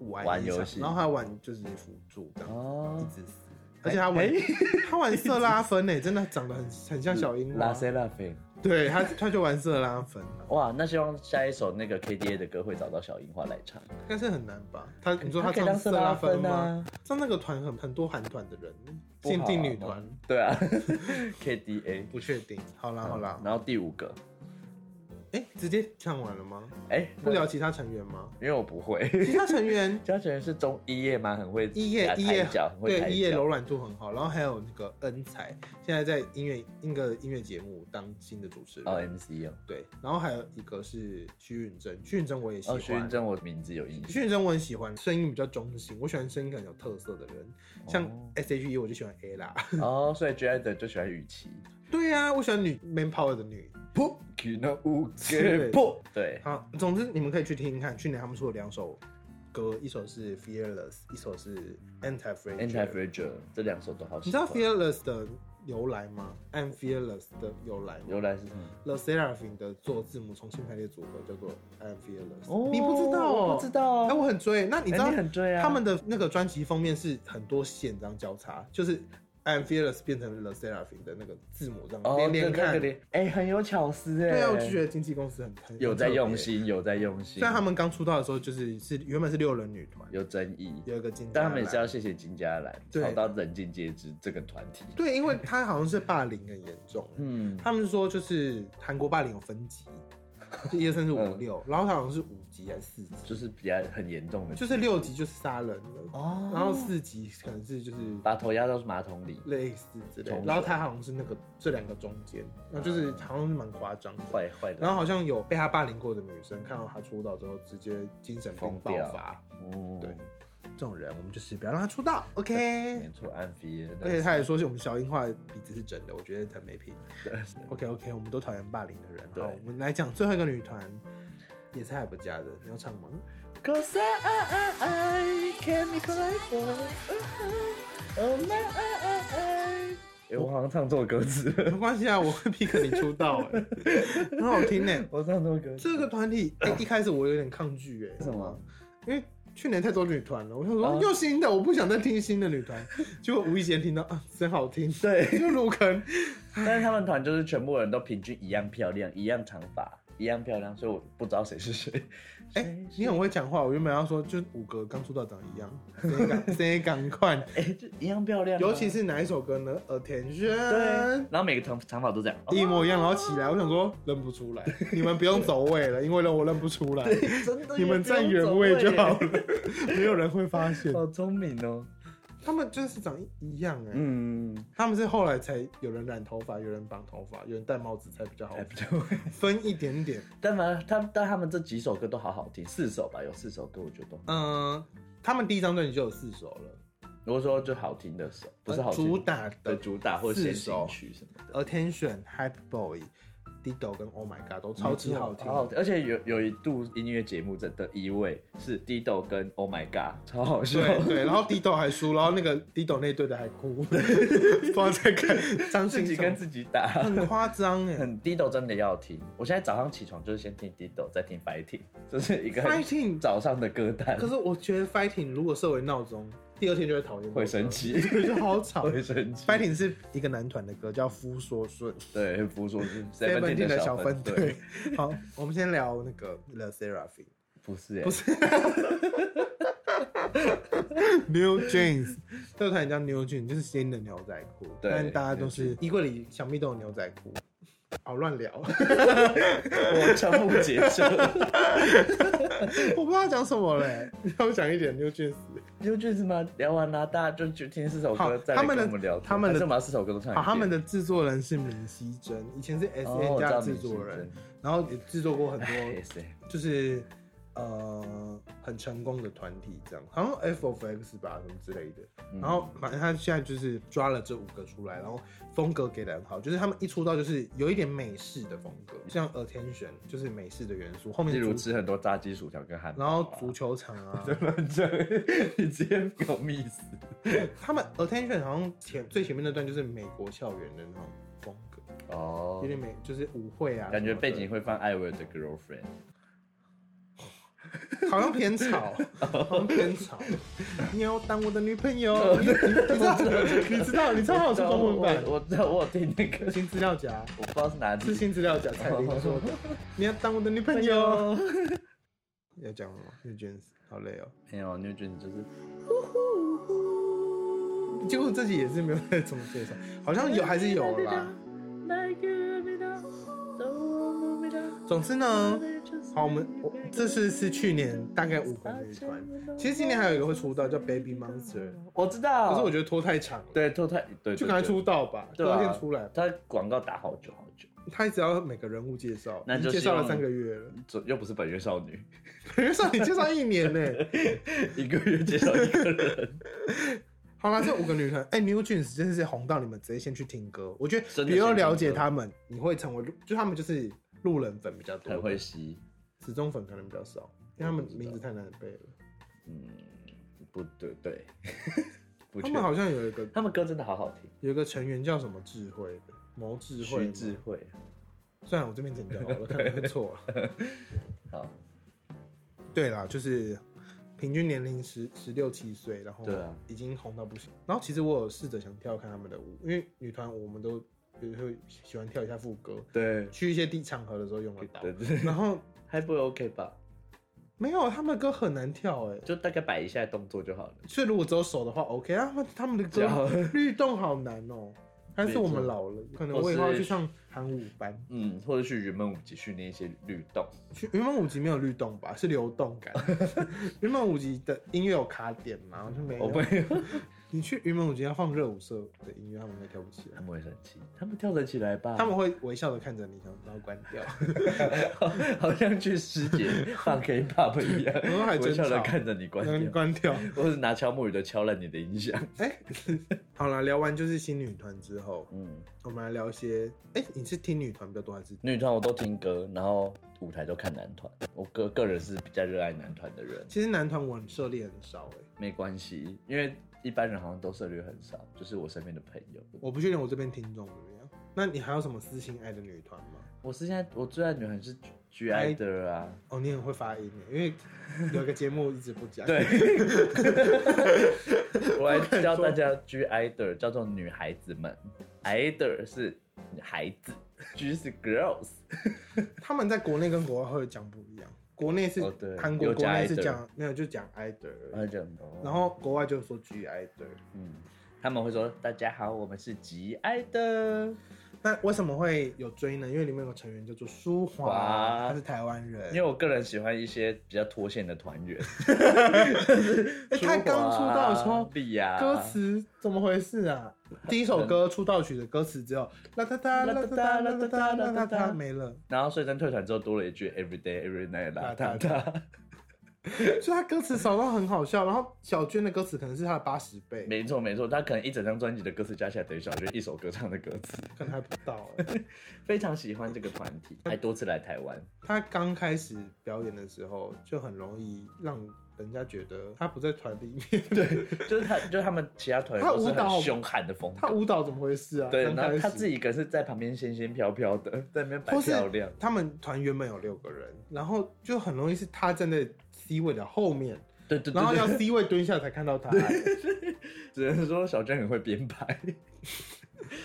[SPEAKER 1] 玩
[SPEAKER 2] 玩
[SPEAKER 1] 一场
[SPEAKER 2] 游戏
[SPEAKER 1] 然后他玩就是辅助这样，一
[SPEAKER 2] 哦，哎
[SPEAKER 1] 直死。而且他玩、他玩色拉芬呢、真的长得很很像小樱
[SPEAKER 2] 拉
[SPEAKER 1] 花。
[SPEAKER 2] 塞拉菲，
[SPEAKER 1] 对他，他就玩色拉芬啊，
[SPEAKER 2] 哇，那希望下一首那个 K D A 的歌会找到小樱花来唱。
[SPEAKER 1] 但是很难吧？他你说他
[SPEAKER 2] 哎可以
[SPEAKER 1] 唱
[SPEAKER 2] 当
[SPEAKER 1] 色
[SPEAKER 2] 色
[SPEAKER 1] 拉
[SPEAKER 2] 拉
[SPEAKER 1] 芬
[SPEAKER 2] 芬
[SPEAKER 1] 吗？
[SPEAKER 2] 啊？
[SPEAKER 1] 像那个团很很多韩团的人，
[SPEAKER 2] 不好
[SPEAKER 1] 限
[SPEAKER 2] 啊
[SPEAKER 1] 定女团
[SPEAKER 2] 对啊 ，K D A。
[SPEAKER 1] 不确定。好啦好啦，
[SPEAKER 2] 然后第五个，
[SPEAKER 1] 哎、直接唱完了吗？
[SPEAKER 2] 哎，
[SPEAKER 1] 不聊其他成员吗？
[SPEAKER 2] 因为我不会。
[SPEAKER 1] 其他成员
[SPEAKER 2] 嘉诚是中一叶吗？很会
[SPEAKER 1] 一叶
[SPEAKER 2] 夹
[SPEAKER 1] 一
[SPEAKER 2] 抬
[SPEAKER 1] 叶
[SPEAKER 2] 脚，很会抬
[SPEAKER 1] 对一叶
[SPEAKER 2] 脚
[SPEAKER 1] 柔软度很好，然后还有那个恩彩，现在在音乐那个音乐节目当新的主持人，
[SPEAKER 2] 哦 M C 哦，
[SPEAKER 1] 对，然后还有一个是徐允珍，徐允珍我也喜
[SPEAKER 2] 哦
[SPEAKER 1] 欢，
[SPEAKER 2] 徐云珍我名字有印
[SPEAKER 1] 徐
[SPEAKER 2] 象。
[SPEAKER 1] 允珍我很喜欢，声音比较中性，我喜欢声音很有特色的人，像
[SPEAKER 2] 哦
[SPEAKER 1] S H E 我就喜欢 A 啦，
[SPEAKER 2] 哦，所以 J I 的就喜欢雨琦。
[SPEAKER 1] 对呀、我喜欢女 man power 的女。
[SPEAKER 2] 破，五
[SPEAKER 1] 之类
[SPEAKER 2] 给破，对，
[SPEAKER 1] 好，总之你们可以去听听看，去年他们出了两首歌，一首是 Fearless，一首是 Anti
[SPEAKER 2] Anti
[SPEAKER 1] Fragile。
[SPEAKER 2] Fragile 这两首都好
[SPEAKER 1] 你
[SPEAKER 2] 喜
[SPEAKER 1] 知道
[SPEAKER 2] 欢。
[SPEAKER 1] Fearless 的由来吗？I'm Fearless 的由来吗？
[SPEAKER 2] 由来是什么？
[SPEAKER 1] The Seraphim 的做字母重新排列组合叫做 I'm Fearless，、
[SPEAKER 2] 哦
[SPEAKER 1] 你不知道
[SPEAKER 2] 我
[SPEAKER 1] 哦？
[SPEAKER 2] 不知道哦
[SPEAKER 1] 哎、我很追。那你知道、
[SPEAKER 2] 哎你很追啊
[SPEAKER 1] 他们的那个专辑封面是很多线这样交叉，就是 I'm Fearless 变成了 The Seraphim 的那个字母这样、
[SPEAKER 2] 哦，
[SPEAKER 1] 连连
[SPEAKER 2] 对那
[SPEAKER 1] 看
[SPEAKER 2] 个。连，哎，很有巧思哎。
[SPEAKER 1] 对啊，我就觉得经纪公司很很
[SPEAKER 2] 有在用。
[SPEAKER 1] 很特别
[SPEAKER 2] 心，有在用心
[SPEAKER 1] 虽，然他们刚出道的时候就是是原本是六人女团，
[SPEAKER 2] 有争议，
[SPEAKER 1] 有一个经纪人来，
[SPEAKER 2] 嗯但他们也是要谢谢金家兰，
[SPEAKER 1] 对
[SPEAKER 2] 吵到人尽皆知这个团体。
[SPEAKER 1] 对，因为他好像是霸凌很严重。
[SPEAKER 2] 嗯，
[SPEAKER 1] 他们说就是韩国霸凌有分级，就一二三四五六，
[SPEAKER 2] 嗯
[SPEAKER 1] 然后他好像是五级还是四级，
[SPEAKER 2] 就是比较很严重的，
[SPEAKER 1] 就是六级就是杀人了，
[SPEAKER 2] 哦
[SPEAKER 1] 然后四级可能是就是
[SPEAKER 2] 把头压到马桶里，
[SPEAKER 1] 类似之类的，
[SPEAKER 2] 重
[SPEAKER 1] 然后他好像是那个这两个中间，然后就是
[SPEAKER 2] 嗯
[SPEAKER 1] 好像是蛮夸张的。
[SPEAKER 2] 坏坏的。
[SPEAKER 1] 然后好像有被他霸凌过的女生，看到他出道之后，直接精神病
[SPEAKER 2] 疯
[SPEAKER 1] 爆
[SPEAKER 2] 掉
[SPEAKER 1] 发。
[SPEAKER 2] 哦
[SPEAKER 1] 对这种人，我们就是不要让他出道，OK？
[SPEAKER 2] 没错，安菲。
[SPEAKER 1] 而且他也说是我们小樱花的鼻子是整的，我觉得很没品。
[SPEAKER 2] 对
[SPEAKER 1] OK OK，我们都讨厌霸凌的人。
[SPEAKER 2] 对
[SPEAKER 1] 好，我们来讲最后一个女团，也是海不加的，你要唱 吗？
[SPEAKER 2] Cause I, I, I, I can be colorful. Oh my, I, I, I. 哎，我好像唱错歌词 了，
[SPEAKER 1] 没关系啊，我会 pick 你出道、欸， 很好听欸呢、
[SPEAKER 2] 我唱错歌词。
[SPEAKER 1] 这个团体、欸、一开始我有点抗拒、哎，
[SPEAKER 2] 为什么？
[SPEAKER 1] 因为去年太多女团了，我想说、
[SPEAKER 2] 哦
[SPEAKER 1] 又新的，我不想再听新的女团。 结果无意间听到啊，真好听，
[SPEAKER 2] 对，
[SPEAKER 1] 就入 坑。
[SPEAKER 2] 但是他们团就是全部人都平均一样漂亮，一样长发，一样漂亮，所以我不知道谁是谁。
[SPEAKER 1] 哎、
[SPEAKER 2] 谁
[SPEAKER 1] 你很会讲话，我原本要说就五个刚出道长一样，谁 敢谁敢快？
[SPEAKER 2] 哎、就一样漂亮啊、
[SPEAKER 1] 尤其是哪一首歌呢？Attention，
[SPEAKER 2] 对，然后每个长长发都这样，哦
[SPEAKER 1] 一模一样，然后起来，我想说认不 出来，你们不用走位了，因为我认不出来，
[SPEAKER 2] 真的
[SPEAKER 1] 你们站原位就好了，没有人会发现。
[SPEAKER 2] 好聪明哦！
[SPEAKER 1] 他们就是长一样哎、
[SPEAKER 2] 嗯，
[SPEAKER 1] 他们是后来才有人染头发，有人绑头发，有人戴帽子才比较好
[SPEAKER 2] 还，哎不错。
[SPEAKER 1] 分一点 点。
[SPEAKER 2] 但反正他们但他们这几首歌都好好听，四首吧，有四首歌我觉得都很，
[SPEAKER 1] 嗯，他们第一张专辑就有四首了，
[SPEAKER 2] 我说就好听的首，不是好听
[SPEAKER 1] 呃主打
[SPEAKER 2] 的
[SPEAKER 1] 的
[SPEAKER 2] 主打或者
[SPEAKER 1] 四
[SPEAKER 2] 先
[SPEAKER 1] 首
[SPEAKER 2] 行曲什么
[SPEAKER 1] 呃
[SPEAKER 2] 的，
[SPEAKER 1] Attention、Happy Boy、Dido 跟 Oh My God 都超级好听。
[SPEAKER 2] 好好听而且有有一度音乐节目的的一位是 Dido 跟 Oh My God，超好笑。
[SPEAKER 1] 对对，然后 Dido 还输，然后那个 Dido 那队的还哭，不知道在看张
[SPEAKER 2] 自
[SPEAKER 1] 信
[SPEAKER 2] 己
[SPEAKER 1] 哲
[SPEAKER 2] 跟自己打，
[SPEAKER 1] 很夸张哎。
[SPEAKER 2] 很 Dido 真的要听。我现在早上起床就是先听 Dido，再听 Fighting，这是一个很
[SPEAKER 1] Fighting，
[SPEAKER 2] 早上的歌单
[SPEAKER 1] 可，是我觉得 Fighting 如果设为闹钟，第二天就会讨厌，
[SPEAKER 2] 会生，气，
[SPEAKER 1] 就是好吵。
[SPEAKER 2] 会生气。
[SPEAKER 1] Fighting 是一个男团的歌，叫《夫说顺》。
[SPEAKER 2] 对，不说是
[SPEAKER 1] Seventeen 的小
[SPEAKER 2] 小
[SPEAKER 1] 分
[SPEAKER 2] 队
[SPEAKER 1] 队，。 好，我们先聊那个 The Seraphim。
[SPEAKER 2] 不是、欸，
[SPEAKER 1] 不是 New Jeans，这 个团也叫 New Jeans，就是新的牛仔裤，
[SPEAKER 2] 对
[SPEAKER 1] 但大家都是衣柜里想必都有牛仔裤。好乱聊，
[SPEAKER 2] 我瞠目结 舌。
[SPEAKER 1] 我不知道讲什么嘞， 要讲一点 New Jeans。
[SPEAKER 2] 就就是嘛，聊完啦、大家就就听四首
[SPEAKER 1] 好
[SPEAKER 2] 歌，再
[SPEAKER 1] 他
[SPEAKER 2] 来
[SPEAKER 1] 们
[SPEAKER 2] 跟
[SPEAKER 1] 的
[SPEAKER 2] 我们聊天。
[SPEAKER 1] 他们的
[SPEAKER 2] 还是我们把四首歌都唱一哦
[SPEAKER 1] 好，他
[SPEAKER 2] 遍。
[SPEAKER 1] 们的制作人是明熙珍，以前是 S N 家的制作人，然后也制作过很
[SPEAKER 2] 对
[SPEAKER 1] 多，就是呃很成功的团体，这样好像 F of X 吧什么之类的。
[SPEAKER 2] 嗯
[SPEAKER 1] 然后反正他现在就是抓了这五个出来，然后风格给的很好，就是他们一出道就是有一点美式的风格，像 Attention 就是美式的元素，后
[SPEAKER 2] 例
[SPEAKER 1] 面
[SPEAKER 2] 如
[SPEAKER 1] 足
[SPEAKER 2] 吃很多炸鸡薯条跟汉堡
[SPEAKER 1] 然
[SPEAKER 2] 啊、
[SPEAKER 1] 后足球场 啊，
[SPEAKER 2] 真的， 你直接给我密死。
[SPEAKER 1] 他们 Attention 好像前最前面那段就是美国校园的那种风格，
[SPEAKER 2] 哦
[SPEAKER 1] 有，点美就是舞会啊什么的，
[SPEAKER 2] 感觉背景会放艾薇儿的 girlfriend。
[SPEAKER 1] 好像偏吵，好像偏吵。你要当我的女朋友，你你哦知道你知道你知道他有出中文版，
[SPEAKER 2] 我我知道，我有听那个，
[SPEAKER 1] 新资料夹
[SPEAKER 2] 我不知道是哪里
[SPEAKER 1] 是。新资料夹蔡琳说的， 你要当我的女朋友。要讲什么？那卷子好累哦。
[SPEAKER 2] 没有，New Jeans 就是
[SPEAKER 1] 结果自己也是没有再怎么介绍，好像有还是有啦。总之呢，好，我们我这是是去年大概五个女团，其实今年还有一个会出道叫 Baby Monster，
[SPEAKER 2] 我知道，
[SPEAKER 1] 可是我
[SPEAKER 2] 得
[SPEAKER 1] 觉得拖太长了，，
[SPEAKER 2] 哦对，脱太对，
[SPEAKER 1] 就
[SPEAKER 2] 对
[SPEAKER 1] 赶快
[SPEAKER 2] 对
[SPEAKER 1] 出道吧，
[SPEAKER 2] 对
[SPEAKER 1] 多
[SPEAKER 2] 啊
[SPEAKER 1] 一天出来吧。
[SPEAKER 2] 他广告打好久好久，
[SPEAKER 1] 他只要每个人物介绍，
[SPEAKER 2] 那
[SPEAKER 1] 已
[SPEAKER 2] 就
[SPEAKER 1] 经介绍了
[SPEAKER 2] 希望
[SPEAKER 1] 三个月 了，
[SPEAKER 2] 这又不是本月少女，
[SPEAKER 1] 本月少女介绍一年呢、
[SPEAKER 2] 一个月介绍一个人，
[SPEAKER 1] 好啦，这五个女团，哎、n e w Jeans 真的是红到你们直接先去听歌。我觉得
[SPEAKER 2] 真的
[SPEAKER 1] 比
[SPEAKER 2] 先
[SPEAKER 1] 较了
[SPEAKER 2] 听
[SPEAKER 1] 解
[SPEAKER 2] 歌
[SPEAKER 1] 他们，你会成为路，就他们就是路人粉比较多
[SPEAKER 2] 很，会吸，
[SPEAKER 1] 死忠粉可能比较少，因为他们名字太难背了。
[SPEAKER 2] 嗯，不对对， 不
[SPEAKER 1] 他
[SPEAKER 2] 确
[SPEAKER 1] 们
[SPEAKER 2] 定，
[SPEAKER 1] 好像有一个
[SPEAKER 2] 他们歌真的好好听，
[SPEAKER 1] 有一个成员叫什么智慧的，谋智慧
[SPEAKER 2] 徐
[SPEAKER 1] 吗，
[SPEAKER 2] 智慧，
[SPEAKER 1] 算了，我这边剪掉好了，可能会错了。
[SPEAKER 2] 好，
[SPEAKER 1] 对啦，就是平均年龄十十六七岁，然后
[SPEAKER 2] 对啊
[SPEAKER 1] 已经红到不行。然后其实我有试着想跳看他们的舞，因为女团我们都比如会喜欢跳一下副歌，
[SPEAKER 2] 对，
[SPEAKER 1] 去一些地场合的时候用得到。
[SPEAKER 2] 对对，
[SPEAKER 1] 然后
[SPEAKER 2] 还不会 OK 吧？
[SPEAKER 1] 没有他们的歌很难跳哎、
[SPEAKER 2] 就大概摆一下动作就好了。
[SPEAKER 1] 所以如果只有手的话 OK 啊，他们他们的
[SPEAKER 2] 脚
[SPEAKER 1] 歌律动好难哦、但是我们老了，可能我以后要
[SPEAKER 2] 或
[SPEAKER 1] 去
[SPEAKER 2] 是
[SPEAKER 1] 上韩舞班。
[SPEAKER 2] 嗯，或者去云门舞集训练一些律动，
[SPEAKER 1] 去原本五级没有律动吧，是流动 感。原本五级的音乐有卡点嘛，我就没
[SPEAKER 2] 我
[SPEAKER 1] 有。
[SPEAKER 2] 会，
[SPEAKER 1] 你去云门舞集要放热舞社的音乐，他们应该跳不起来
[SPEAKER 2] 他。们会生气，他们跳得起来吧？
[SPEAKER 1] 他们会微笑的看着你，想然后关掉。
[SPEAKER 2] 好像去师姐放 K-pop 一 样
[SPEAKER 1] 然后还，真
[SPEAKER 2] 微笑的
[SPEAKER 1] 吵
[SPEAKER 2] 看着你关
[SPEAKER 1] 关
[SPEAKER 2] 掉，
[SPEAKER 1] 关掉。
[SPEAKER 2] 或是拿敲木鱼的敲烂你的音响。
[SPEAKER 1] 哎、好了，聊完就是新女团之后，
[SPEAKER 2] 嗯，
[SPEAKER 1] 我们来聊一些。哎、你是听女团比较多还是？
[SPEAKER 2] 女团我都听歌，然后舞台都看男团。我个个人是比较热爱男团的人，
[SPEAKER 1] 其实男团我涉猎很少哎、
[SPEAKER 2] 没关系，因为一般人好像都涉猎很少，就是我身边的朋友。
[SPEAKER 1] 我不确定我这边听众怎么样。那你还有什么私心爱的女团吗？
[SPEAKER 2] 我是现在我最爱的女团是 G I 的啊，
[SPEAKER 1] 哦，你很会发音耶，因为有一个节目一直不讲。
[SPEAKER 2] 对， 我还教大家 G I 的叫做女孩子们，I 的是孩子，G 是 girls。
[SPEAKER 1] 他们在国内跟国外会讲不一样，国内是
[SPEAKER 2] 哦对
[SPEAKER 1] 韩国，
[SPEAKER 2] 有
[SPEAKER 1] 国
[SPEAKER 2] 加
[SPEAKER 1] 内是
[SPEAKER 2] idol
[SPEAKER 1] 讲没有就讲 idol，而已
[SPEAKER 2] 而且，
[SPEAKER 1] 然后国外就说 G idol。
[SPEAKER 2] E 嗯，他们会说大家好，我们是极爱的。
[SPEAKER 1] 那为什么会有追呢？因为里面有个成员叫做舒华，
[SPEAKER 2] 哇
[SPEAKER 1] 他是台湾人，
[SPEAKER 2] 因为我个人喜欢一些比较脱线的团员。
[SPEAKER 1] 哎他刚出道的时候，
[SPEAKER 2] 比呀，
[SPEAKER 1] 歌词怎么回事啊？第一首歌出道曲的歌词只有啦哒哒啦哒哒啦哒哒啦哒哒没了，
[SPEAKER 2] 然后穗珍退团之后多了一句 every day every night 啦哒哒，
[SPEAKER 1] 所以他歌词少到很好笑。然后小娟的歌词可能是他的八十倍，
[SPEAKER 2] 没错没错，他可能一整张专辑的歌词加起来等于小学一首歌唱的歌词，
[SPEAKER 1] 可能还不到、欸。
[SPEAKER 2] 非常喜欢这个团体，还多次来台湾，
[SPEAKER 1] 他刚开始表演的时候就很容易让人家觉得他不在团里 面，对
[SPEAKER 2] 就是他就是他们其他团员都
[SPEAKER 1] 他
[SPEAKER 2] 是
[SPEAKER 1] 舞蹈
[SPEAKER 2] 很凶悍的风
[SPEAKER 1] 他
[SPEAKER 2] 格，
[SPEAKER 1] 舞蹈怎么回事啊？
[SPEAKER 2] 对，
[SPEAKER 1] 刚
[SPEAKER 2] 然
[SPEAKER 1] 开
[SPEAKER 2] 后
[SPEAKER 1] 始
[SPEAKER 2] 他自己一个是在旁边仙仙飘飘的，在那边摆
[SPEAKER 1] 或是
[SPEAKER 2] 漂亮，
[SPEAKER 1] 他们团原本有六个人，然后就很容易是他站在 C 位的后面，
[SPEAKER 2] 对对对
[SPEAKER 1] 然后要
[SPEAKER 2] 对，
[SPEAKER 1] C 位蹲下才看到他。
[SPEAKER 2] 只能说小娟很会编排。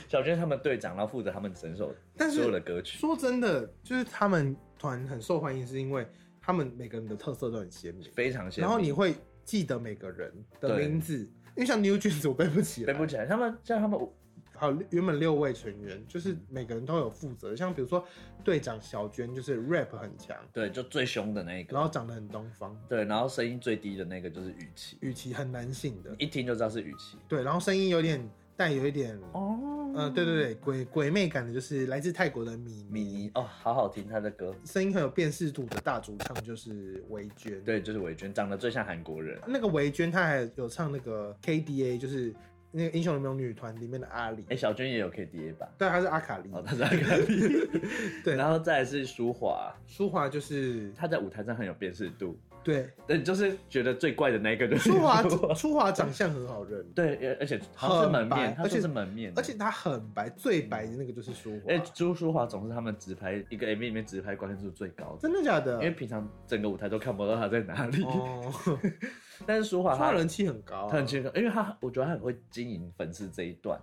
[SPEAKER 2] 小娟他们队长，然后负责他们整首
[SPEAKER 1] 但是
[SPEAKER 2] 所有的歌曲，
[SPEAKER 1] 说真的，就是他们团很受欢迎，是因为他们每个人的特色都很鲜明，
[SPEAKER 2] 非常鲜
[SPEAKER 1] 然后
[SPEAKER 2] 明
[SPEAKER 1] 你会记得每个人的
[SPEAKER 2] 对
[SPEAKER 1] 名字，因为像 New Jeans 我背不起来，
[SPEAKER 2] 背不起来。他们像他们舞
[SPEAKER 1] 还有原本六位成员，就是
[SPEAKER 2] 嗯
[SPEAKER 1] 每个人都有负责，像比如说队长小娟就是 rap 很强，
[SPEAKER 2] 对就最凶的那一个，
[SPEAKER 1] 然后长得很东方，
[SPEAKER 2] 对，然后声音最低的那个就是雨琦，
[SPEAKER 1] 语气很男性的，
[SPEAKER 2] 一听就知道是雨琦。
[SPEAKER 1] 对，然后声音有点带有一点，
[SPEAKER 2] 哦
[SPEAKER 1] 呃，对对对，鬼鬼魅感的，就是来自泰国的米
[SPEAKER 2] 米妮哦，好好听她的歌，
[SPEAKER 1] 声音很有辨识度的大主唱就是维娟，
[SPEAKER 2] 对，就是维娟，长得最像韩国人，
[SPEAKER 1] 那个维娟，她还有唱那个 KDA，就是那个英雄联盟女团里面的阿里
[SPEAKER 2] 哎、，小娟也有 KDA 吧？
[SPEAKER 1] 对，她是阿卡丽。
[SPEAKER 2] 哦，她是阿卡丽，
[SPEAKER 1] 对
[SPEAKER 2] 然后再来是舒华，
[SPEAKER 1] 舒华就是
[SPEAKER 2] 她在舞台上很有辨识度，
[SPEAKER 1] 对，
[SPEAKER 2] 对，就是觉得最怪的那一个就是
[SPEAKER 1] 舒华舒华长相很好认，
[SPEAKER 2] 对，而而且好像是门
[SPEAKER 1] 很白
[SPEAKER 2] 面，她
[SPEAKER 1] 而且
[SPEAKER 2] 说是门面，
[SPEAKER 1] 而且。她很白，最白的那个就是舒华
[SPEAKER 2] 哎，，朱舒华总是他们直拍一个 MV 里面直拍关键度最高的，
[SPEAKER 1] 真的假
[SPEAKER 2] 因为
[SPEAKER 1] 的？
[SPEAKER 2] 平常整个舞台都看不到她在哪里。
[SPEAKER 1] 哦，舒
[SPEAKER 2] 但是舒华她
[SPEAKER 1] 华人气很高啊，
[SPEAKER 2] 他很健康，因为他我觉得他很会经营粉丝这一段。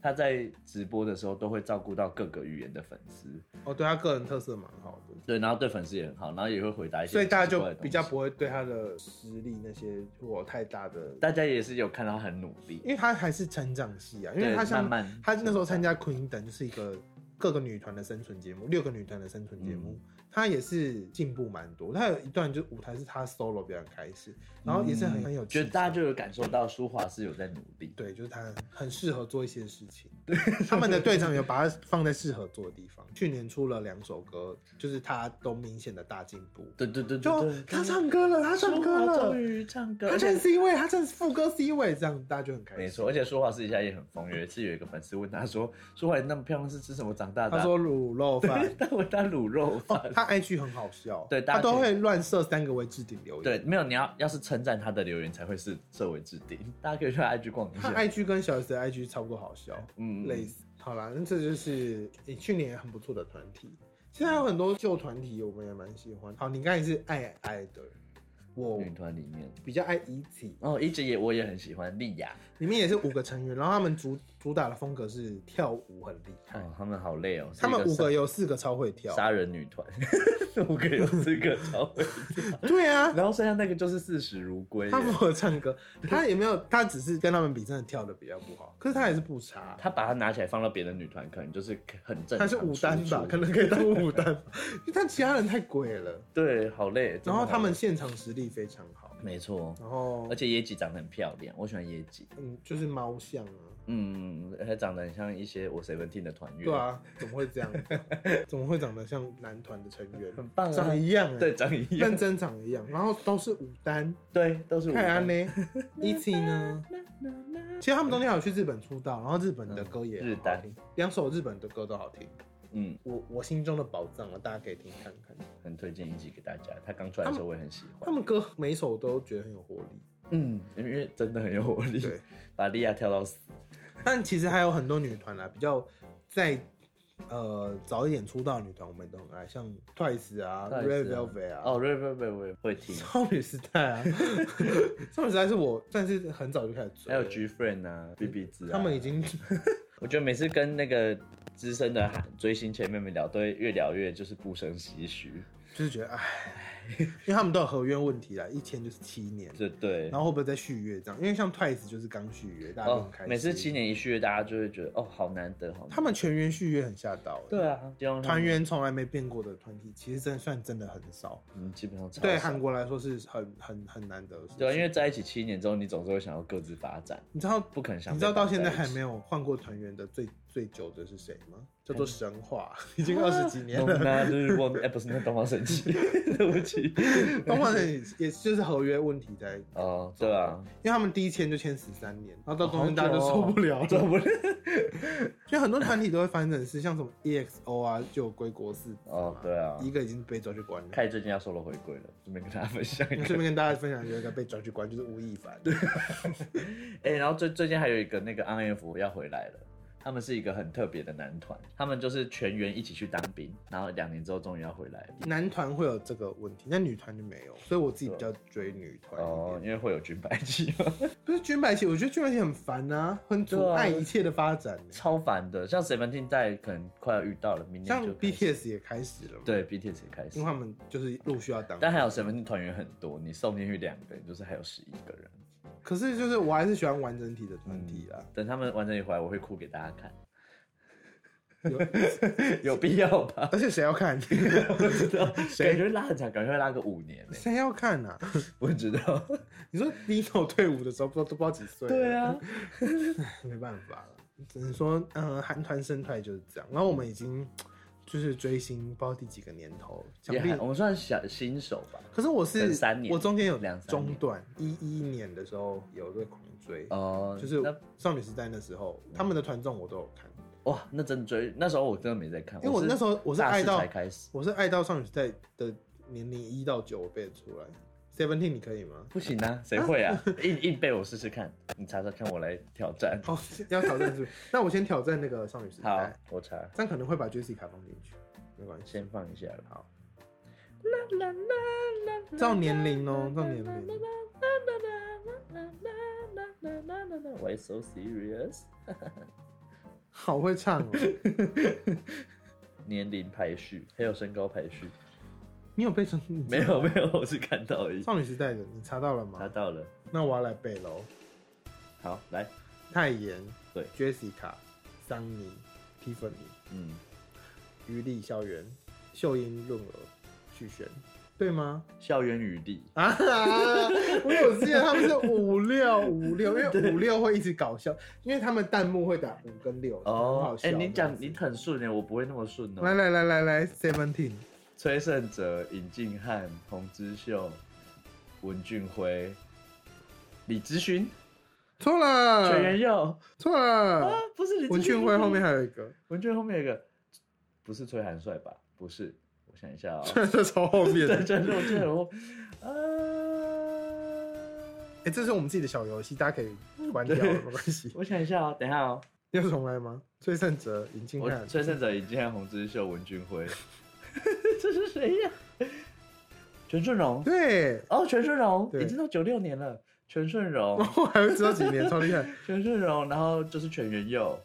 [SPEAKER 2] 他在直播的时候都会照顾到各个语言的粉丝，
[SPEAKER 1] 哦，对她个人特色蛮好的，
[SPEAKER 2] 对，然后对粉丝也很好，然后也会回答一些
[SPEAKER 1] 所以
[SPEAKER 2] 很奇怪
[SPEAKER 1] 大家
[SPEAKER 2] 的东西，
[SPEAKER 1] 就比较不会对她的实力那些有太大的，
[SPEAKER 2] 大家也是有看到他很努力
[SPEAKER 1] 因，为她还是成长系啊，因为
[SPEAKER 2] 对
[SPEAKER 1] 她像
[SPEAKER 2] 慢慢
[SPEAKER 1] 她那时候参加 Queen 等就是一个各个女团的生存节目，六个女团的生存节目，
[SPEAKER 2] 嗯
[SPEAKER 1] 她也是进步蛮多。她有一段就是舞台是她 solo 表演开始，然后也是很、
[SPEAKER 2] 嗯
[SPEAKER 1] 很有
[SPEAKER 2] 觉
[SPEAKER 1] 趣。
[SPEAKER 2] 得大家就有感受到舒华是有在努力，
[SPEAKER 1] 对，就是她很适合做一些事 情。对， 他们的队长有把她放在适合做的地方。去年出了两首歌，就是她都明显的大进步。
[SPEAKER 2] 对对对对
[SPEAKER 1] 就
[SPEAKER 2] 对，
[SPEAKER 1] 她唱歌了，她唱歌
[SPEAKER 2] 舒华终
[SPEAKER 1] 了，
[SPEAKER 2] 于唱歌，
[SPEAKER 1] 她
[SPEAKER 2] 而且
[SPEAKER 1] 站 C 位，她站副歌 C 位，这样大家就很开心。
[SPEAKER 2] 没错，而且舒华私底下也很疯，有一次有一个粉丝问他说，舒华你那么漂亮是吃什么长大的、
[SPEAKER 1] 她
[SPEAKER 2] 啊？
[SPEAKER 1] 说卤肉饭。
[SPEAKER 2] 他回答卤肉饭。
[SPEAKER 1] 哦，他 IG 很好笑，
[SPEAKER 2] 对大
[SPEAKER 1] 他
[SPEAKER 2] 家
[SPEAKER 1] 都
[SPEAKER 2] 可
[SPEAKER 1] 会乱设三个为置顶留言。
[SPEAKER 2] 对，，没有，你要要是称赞他的留言才会是设为置顶， 大家可以去他 IG 逛一
[SPEAKER 1] 他
[SPEAKER 2] 下。
[SPEAKER 1] IG 跟小 S 的 IG 差不多好笑，
[SPEAKER 2] 嗯
[SPEAKER 1] 类似。好啦，那这就是诶去年也很不错的团体。现在有很多旧团体，我们也蛮喜欢。好，你刚才是爱爱的，我
[SPEAKER 2] 女团里面，
[SPEAKER 1] 比较爱 E ET，
[SPEAKER 2] 哦，一直也我也很喜欢莉亚，
[SPEAKER 1] 里面也是五个成员，然后他们主主打的风格是跳舞很厉害，
[SPEAKER 2] 哦，他们好累哦，是
[SPEAKER 1] 他们
[SPEAKER 2] 一
[SPEAKER 1] 五
[SPEAKER 2] 杀
[SPEAKER 1] 个有四个超会跳。
[SPEAKER 2] 杀人女团， 五个有四个超会跳，
[SPEAKER 1] 对啊，
[SPEAKER 2] 然后剩下 那个就是视死如归耶
[SPEAKER 1] 他。不会唱 歌，他也没有，他只是跟他们比，真的跳的比较不好，可是他也是不差。
[SPEAKER 2] 他把它拿起来放到别的女团，可能就是很正常。
[SPEAKER 1] 他是五单吧，可能可以当五单吧，但其他人太鬼 了。
[SPEAKER 2] 对，好累。真的
[SPEAKER 1] 然后他
[SPEAKER 2] 好
[SPEAKER 1] 们
[SPEAKER 2] 累
[SPEAKER 1] 现场实力非常好，
[SPEAKER 2] 没错，
[SPEAKER 1] 然后
[SPEAKER 2] 而且野姐长得很漂亮，我喜欢野姐。
[SPEAKER 1] 嗯，就是猫像啊，
[SPEAKER 2] 嗯，她长得很像一些我 Seventeen 的团员。
[SPEAKER 1] 对，啊，怎么会 这样？怎么会长得像男团的成员？
[SPEAKER 2] 很棒啊
[SPEAKER 1] 长得一样、欸，
[SPEAKER 2] 对，，长得一 样
[SPEAKER 1] 认。真长得一样，然后都是五单，
[SPEAKER 2] 对，都是我。
[SPEAKER 1] 泰安呢，E.T 呢？其实他们中间还有去日本出道，然后日本的歌也
[SPEAKER 2] 嗯日
[SPEAKER 1] 很好
[SPEAKER 2] 单
[SPEAKER 1] 听，两首日本的歌都好听。
[SPEAKER 2] 嗯，
[SPEAKER 1] 我我心中的宝藏啊，大家可以听看看。
[SPEAKER 2] 很推荐一集给大家。他刚出来的时候我也很喜
[SPEAKER 1] 他
[SPEAKER 2] 欢。
[SPEAKER 1] 们歌每一首都觉得很有活力，
[SPEAKER 2] 嗯，因为真的很有活力
[SPEAKER 1] 对，
[SPEAKER 2] 把莉亚跳到死。
[SPEAKER 1] 但其实还有很多女团啦，啊比较在呃早一点出道的女团，我们都很爱，像 Twice 啊、
[SPEAKER 2] Twice 啊
[SPEAKER 1] Red Velvet 啊。
[SPEAKER 2] 哦，瑞瑞瑞我也会听，
[SPEAKER 1] 少女时代 啊，少女时代是我算是很早就开始追
[SPEAKER 2] 还
[SPEAKER 1] 了，
[SPEAKER 2] 有 G Friend 啊，B B 子啊。
[SPEAKER 1] 他们已，经
[SPEAKER 2] 我觉得每次跟那个资深的追星前辈们聊，都会越聊越就是不胜唏嘘。
[SPEAKER 1] 就是觉得唉，因为他们都有合约问题啦，一签就是七年，
[SPEAKER 2] 这对
[SPEAKER 1] 然。后会不会再续约这样？因为像 Twice 就是刚续约，大家都
[SPEAKER 2] 哦
[SPEAKER 1] 很开，心。
[SPEAKER 2] 每次七，年一续约，大家就会觉得哦，好难得，好难得。
[SPEAKER 1] 他们全员续约很吓到、欸。
[SPEAKER 2] 对啊，就让他们
[SPEAKER 1] 团员从来没变过的团体，其实真的算真的很少。
[SPEAKER 2] 嗯，基本上超
[SPEAKER 1] 对
[SPEAKER 2] 少
[SPEAKER 1] 韩国来说是很很很难得的事情。
[SPEAKER 2] 对啊，因为在一起七年之后，你总是会想要各自发展，
[SPEAKER 1] 你知道
[SPEAKER 2] 不可能想
[SPEAKER 1] 你知道到现在
[SPEAKER 2] 在
[SPEAKER 1] 还
[SPEAKER 2] 有
[SPEAKER 1] 没有换过团员的最最久的是谁吗？叫
[SPEAKER 2] 哎
[SPEAKER 1] 做神话，已经二十几年 了。
[SPEAKER 2] 那日光哎，不是那东方神起， 对不起。
[SPEAKER 1] 东方人也就是合约问题在，因
[SPEAKER 2] 哦，对啊，
[SPEAKER 1] 为他们第一签就签十三年，然后到中
[SPEAKER 2] 哦好
[SPEAKER 1] 间大家就
[SPEAKER 2] 久
[SPEAKER 1] 受不了了。
[SPEAKER 2] 这不是
[SPEAKER 1] 因为很多团体都会发生这种事，像什么 EXO 啊，就有归国四子嘛
[SPEAKER 2] 哦，对啊，
[SPEAKER 1] 一个已经被抓去关了。
[SPEAKER 2] 凯最近要收了回归了，顺便跟大家分享一
[SPEAKER 1] 那
[SPEAKER 2] 个
[SPEAKER 1] 顺。便跟大家分享有一个被抓去关，就是吴亦凡。
[SPEAKER 2] 哎、然后最最近还有一个那个安彦福要回来了，他们是一个很特别的男团，他们就是全员一起去当兵，然后两年之后终于要回来了。
[SPEAKER 1] 男团会有这个问题，那女团就没有，所以我自己比较追女团一
[SPEAKER 2] 哦
[SPEAKER 1] 点。，
[SPEAKER 2] 因为会有军白旗嘛，
[SPEAKER 1] 不是军白旗，我觉得军白旗很烦啊，很阻碍
[SPEAKER 2] 对啊
[SPEAKER 1] 一切的发展欸、
[SPEAKER 2] 超烦的。像 Seventeen 在可能快要遇到了，明年
[SPEAKER 1] 像
[SPEAKER 2] 就开始
[SPEAKER 1] BTS 也开始了嘛，，
[SPEAKER 2] 对 BTS 也开始
[SPEAKER 1] 因为，他们就是陆续要当。
[SPEAKER 2] 但还有 Seventeen 团员很多，你送进去两个，就是还有十一个人。嗯
[SPEAKER 1] 可是就是我还是喜欢完整体的团体啊啦，
[SPEAKER 2] 等他们完整一回来，我会哭给大家 看，嗯
[SPEAKER 1] 有
[SPEAKER 2] 有必要吧？
[SPEAKER 1] 而且谁要看？
[SPEAKER 2] 不知道，
[SPEAKER 1] 谁
[SPEAKER 2] 感觉拉很长，感觉会拉个五年呢、
[SPEAKER 1] 谁要看啊？
[SPEAKER 2] 我不知道。
[SPEAKER 1] 你说 Vito 退伍的时候，不知道都不知道几岁？
[SPEAKER 2] 对，啊，
[SPEAKER 1] 没办法了，只能说，嗯、韩团生态就是这样。然后我们已经就是追星，不知道第几个年头，想
[SPEAKER 2] 也
[SPEAKER 1] 必
[SPEAKER 2] 还我们算小新手吧。
[SPEAKER 1] 可是我
[SPEAKER 2] 等
[SPEAKER 1] 是
[SPEAKER 2] 三年
[SPEAKER 1] 我中间有
[SPEAKER 2] 两三年
[SPEAKER 1] 中断，一一年的时候有在狂追，
[SPEAKER 2] 哦、
[SPEAKER 1] 就是
[SPEAKER 2] 那
[SPEAKER 1] 少女时代那时候，他们的团综我都有看，
[SPEAKER 2] 哇，那真的追，那时候我真的没在看，
[SPEAKER 1] 因为我那时
[SPEAKER 2] 候
[SPEAKER 1] 候我是
[SPEAKER 2] 大
[SPEAKER 1] 爱
[SPEAKER 2] 四
[SPEAKER 1] 到
[SPEAKER 2] 才开始，
[SPEAKER 1] 我是爱到少女时代的年龄一到九，我背得出来。Seventeen 你可以吗？
[SPEAKER 2] 不行啊，谁会啊？硬硬背我试试看，你查查看，我来挑战。
[SPEAKER 1] 哦，要挑战是不是？那我先挑战那个少女时
[SPEAKER 2] 好
[SPEAKER 1] 代，，
[SPEAKER 2] 我查，
[SPEAKER 1] 这样可能会把 Jessica 放进去，没关系。
[SPEAKER 2] 先放一下了。
[SPEAKER 1] 好，
[SPEAKER 3] 啦啦啦啦
[SPEAKER 1] 照年龄哦，照年龄。
[SPEAKER 2] Why so serious？
[SPEAKER 1] 好会唱哦！
[SPEAKER 2] 年龄排序还有身高排序，
[SPEAKER 1] 你有背成你
[SPEAKER 2] 没有没有，我是看到而已。
[SPEAKER 1] 少女时代的？你查到了
[SPEAKER 2] 查
[SPEAKER 1] 吗？
[SPEAKER 2] 到了，
[SPEAKER 1] 那我要来背喽。
[SPEAKER 2] 好来，
[SPEAKER 1] 泰妍、
[SPEAKER 2] 对
[SPEAKER 1] ，Jessica、桑尼、Tiffany、
[SPEAKER 2] 嗯，
[SPEAKER 1] 于丽、校园、秀英、润娥、旭璇，对吗？
[SPEAKER 2] 校园雨地，
[SPEAKER 1] 啊！我有记得他们是五六五六，因为五六会一直搞笑，因为他们弹幕会打五跟六，很好
[SPEAKER 2] 哦，
[SPEAKER 1] 笑。
[SPEAKER 2] 哎、你讲
[SPEAKER 1] 这样
[SPEAKER 2] 你
[SPEAKER 1] 子
[SPEAKER 2] 很顺耶，我不会那么顺
[SPEAKER 1] 来
[SPEAKER 2] 哦。
[SPEAKER 1] 来来来来，Seventeen，
[SPEAKER 2] 崔胜哲、尹敬汉、洪之秀、文俊辉、李知勋、
[SPEAKER 1] 错
[SPEAKER 2] 全员
[SPEAKER 1] 了，
[SPEAKER 2] 佑
[SPEAKER 1] 错
[SPEAKER 2] 啊
[SPEAKER 1] 了，，
[SPEAKER 2] 不是李知勋
[SPEAKER 1] 嗯文俊辉后面，还有一个，
[SPEAKER 2] 文俊后面有一个，不是崔韩帅吧？不是，我想一下 哦，
[SPEAKER 1] 然在超后面的
[SPEAKER 2] 对，真的，我记得我，呃，
[SPEAKER 1] 哎、这是我们自己的小游戏，大家可以玩掉，
[SPEAKER 2] 对
[SPEAKER 1] 没关系。
[SPEAKER 2] 我想一下哦，等一下哦，
[SPEAKER 1] 要重来吗？崔胜哲、尹静
[SPEAKER 2] 我
[SPEAKER 1] 汉、
[SPEAKER 2] 崔胜哲、尹敬汉、洪之秀、文俊辉， 这是谁呀？全顺荣，
[SPEAKER 1] 对，
[SPEAKER 2] 哦，全顺荣
[SPEAKER 1] 对
[SPEAKER 2] 已经到九六年了，全顺荣，
[SPEAKER 1] 我还会知道几年，超厉害。
[SPEAKER 2] 全顺荣，然后就是全元佑，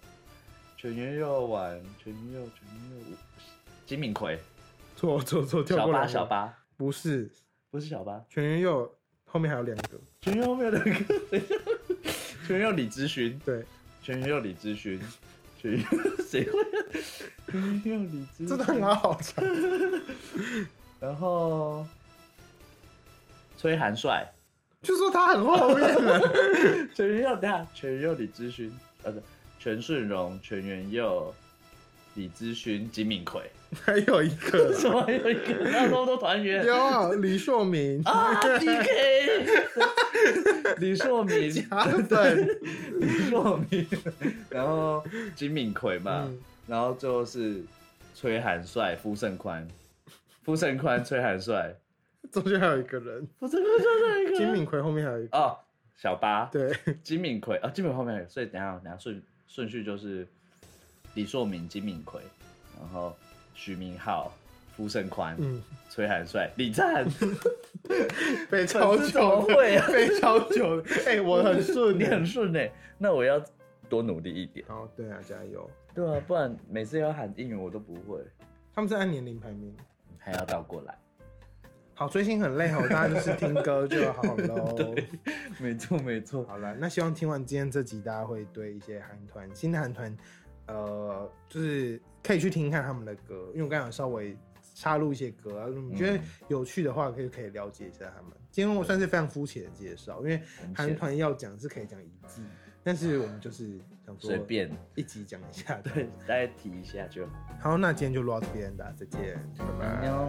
[SPEAKER 2] 全元佑完，全元佑，全元佑，金敏奎，
[SPEAKER 1] 错错错，跳
[SPEAKER 2] 小
[SPEAKER 1] 过
[SPEAKER 2] 八
[SPEAKER 1] 来。
[SPEAKER 2] 小，八，
[SPEAKER 1] 不是
[SPEAKER 2] 不是小八，
[SPEAKER 1] 全员佑，后面还有两个。
[SPEAKER 2] 全元佑没有两个，等一下全元佑李知勋，
[SPEAKER 1] 对，
[SPEAKER 2] 全元佑李知勋，全元佑谁会啊？全元佑李知勋，
[SPEAKER 1] 真的很好唱。
[SPEAKER 2] 然后崔韩帅，
[SPEAKER 1] 就说他很后面 了。
[SPEAKER 2] 全元佑等一下，全元佑李知勋，呃，不全顺荣，全元佑李知勋，金敏 奎。
[SPEAKER 1] 还有一 个
[SPEAKER 2] 怎么有一个那么多团员
[SPEAKER 1] 有啊李硕明、
[SPEAKER 2] 啊？PK，李 硕明，
[SPEAKER 1] 阿本，
[SPEAKER 2] 李硕明，然后金敏奎嘛，
[SPEAKER 1] 嗯
[SPEAKER 2] 然后最后是崔韩帅、傅盛宽、傅盛宽、崔韩帅，
[SPEAKER 1] 中间还有一个人，
[SPEAKER 2] 傅盛宽就是一个
[SPEAKER 1] 金敏奎后面还有一个。
[SPEAKER 2] 哦，小八，
[SPEAKER 1] 对，
[SPEAKER 2] 金敏奎啊，金敏奎后面还有，所以等一下等一下顺顺序就是李硕明、金敏奎，然后徐明浩、傅盛宽、
[SPEAKER 1] 嗯，
[SPEAKER 2] 崔韩帅、李赞。
[SPEAKER 1] 被 超
[SPEAKER 2] 粉丝怎么
[SPEAKER 1] 久的，
[SPEAKER 2] 会 啊？
[SPEAKER 1] 被超久的。 哎、我很顺
[SPEAKER 2] 你
[SPEAKER 1] 利。
[SPEAKER 2] 很顺哎、那我要多努力一点。
[SPEAKER 1] 哦，对啊，加油！
[SPEAKER 2] 对啊，不然每次要喊英语我都不会，
[SPEAKER 1] 他们是按年龄排名。
[SPEAKER 2] 还要倒过来。
[SPEAKER 1] 好，追星很累 哦，大家就是听歌就好 喽。
[SPEAKER 2] 没错没错，
[SPEAKER 1] 好了，那希望听完今天这集，大家会对一些韩团新的韩团，呃，就是可以去听看他们的歌，因为我刚才有稍微插入一些歌啊，如果你觉得
[SPEAKER 2] 嗯
[SPEAKER 1] 有趣的话，可以可以了解一下他们。今天我算是非常肤浅的介绍，因为韩团要讲是可以讲一季，但是我们就是想说
[SPEAKER 2] 随便
[SPEAKER 1] 一集讲一下。
[SPEAKER 2] 对，大家提一下就好。
[SPEAKER 1] 好，那今天就录到这边，大家再见，拜拜。
[SPEAKER 2] 喵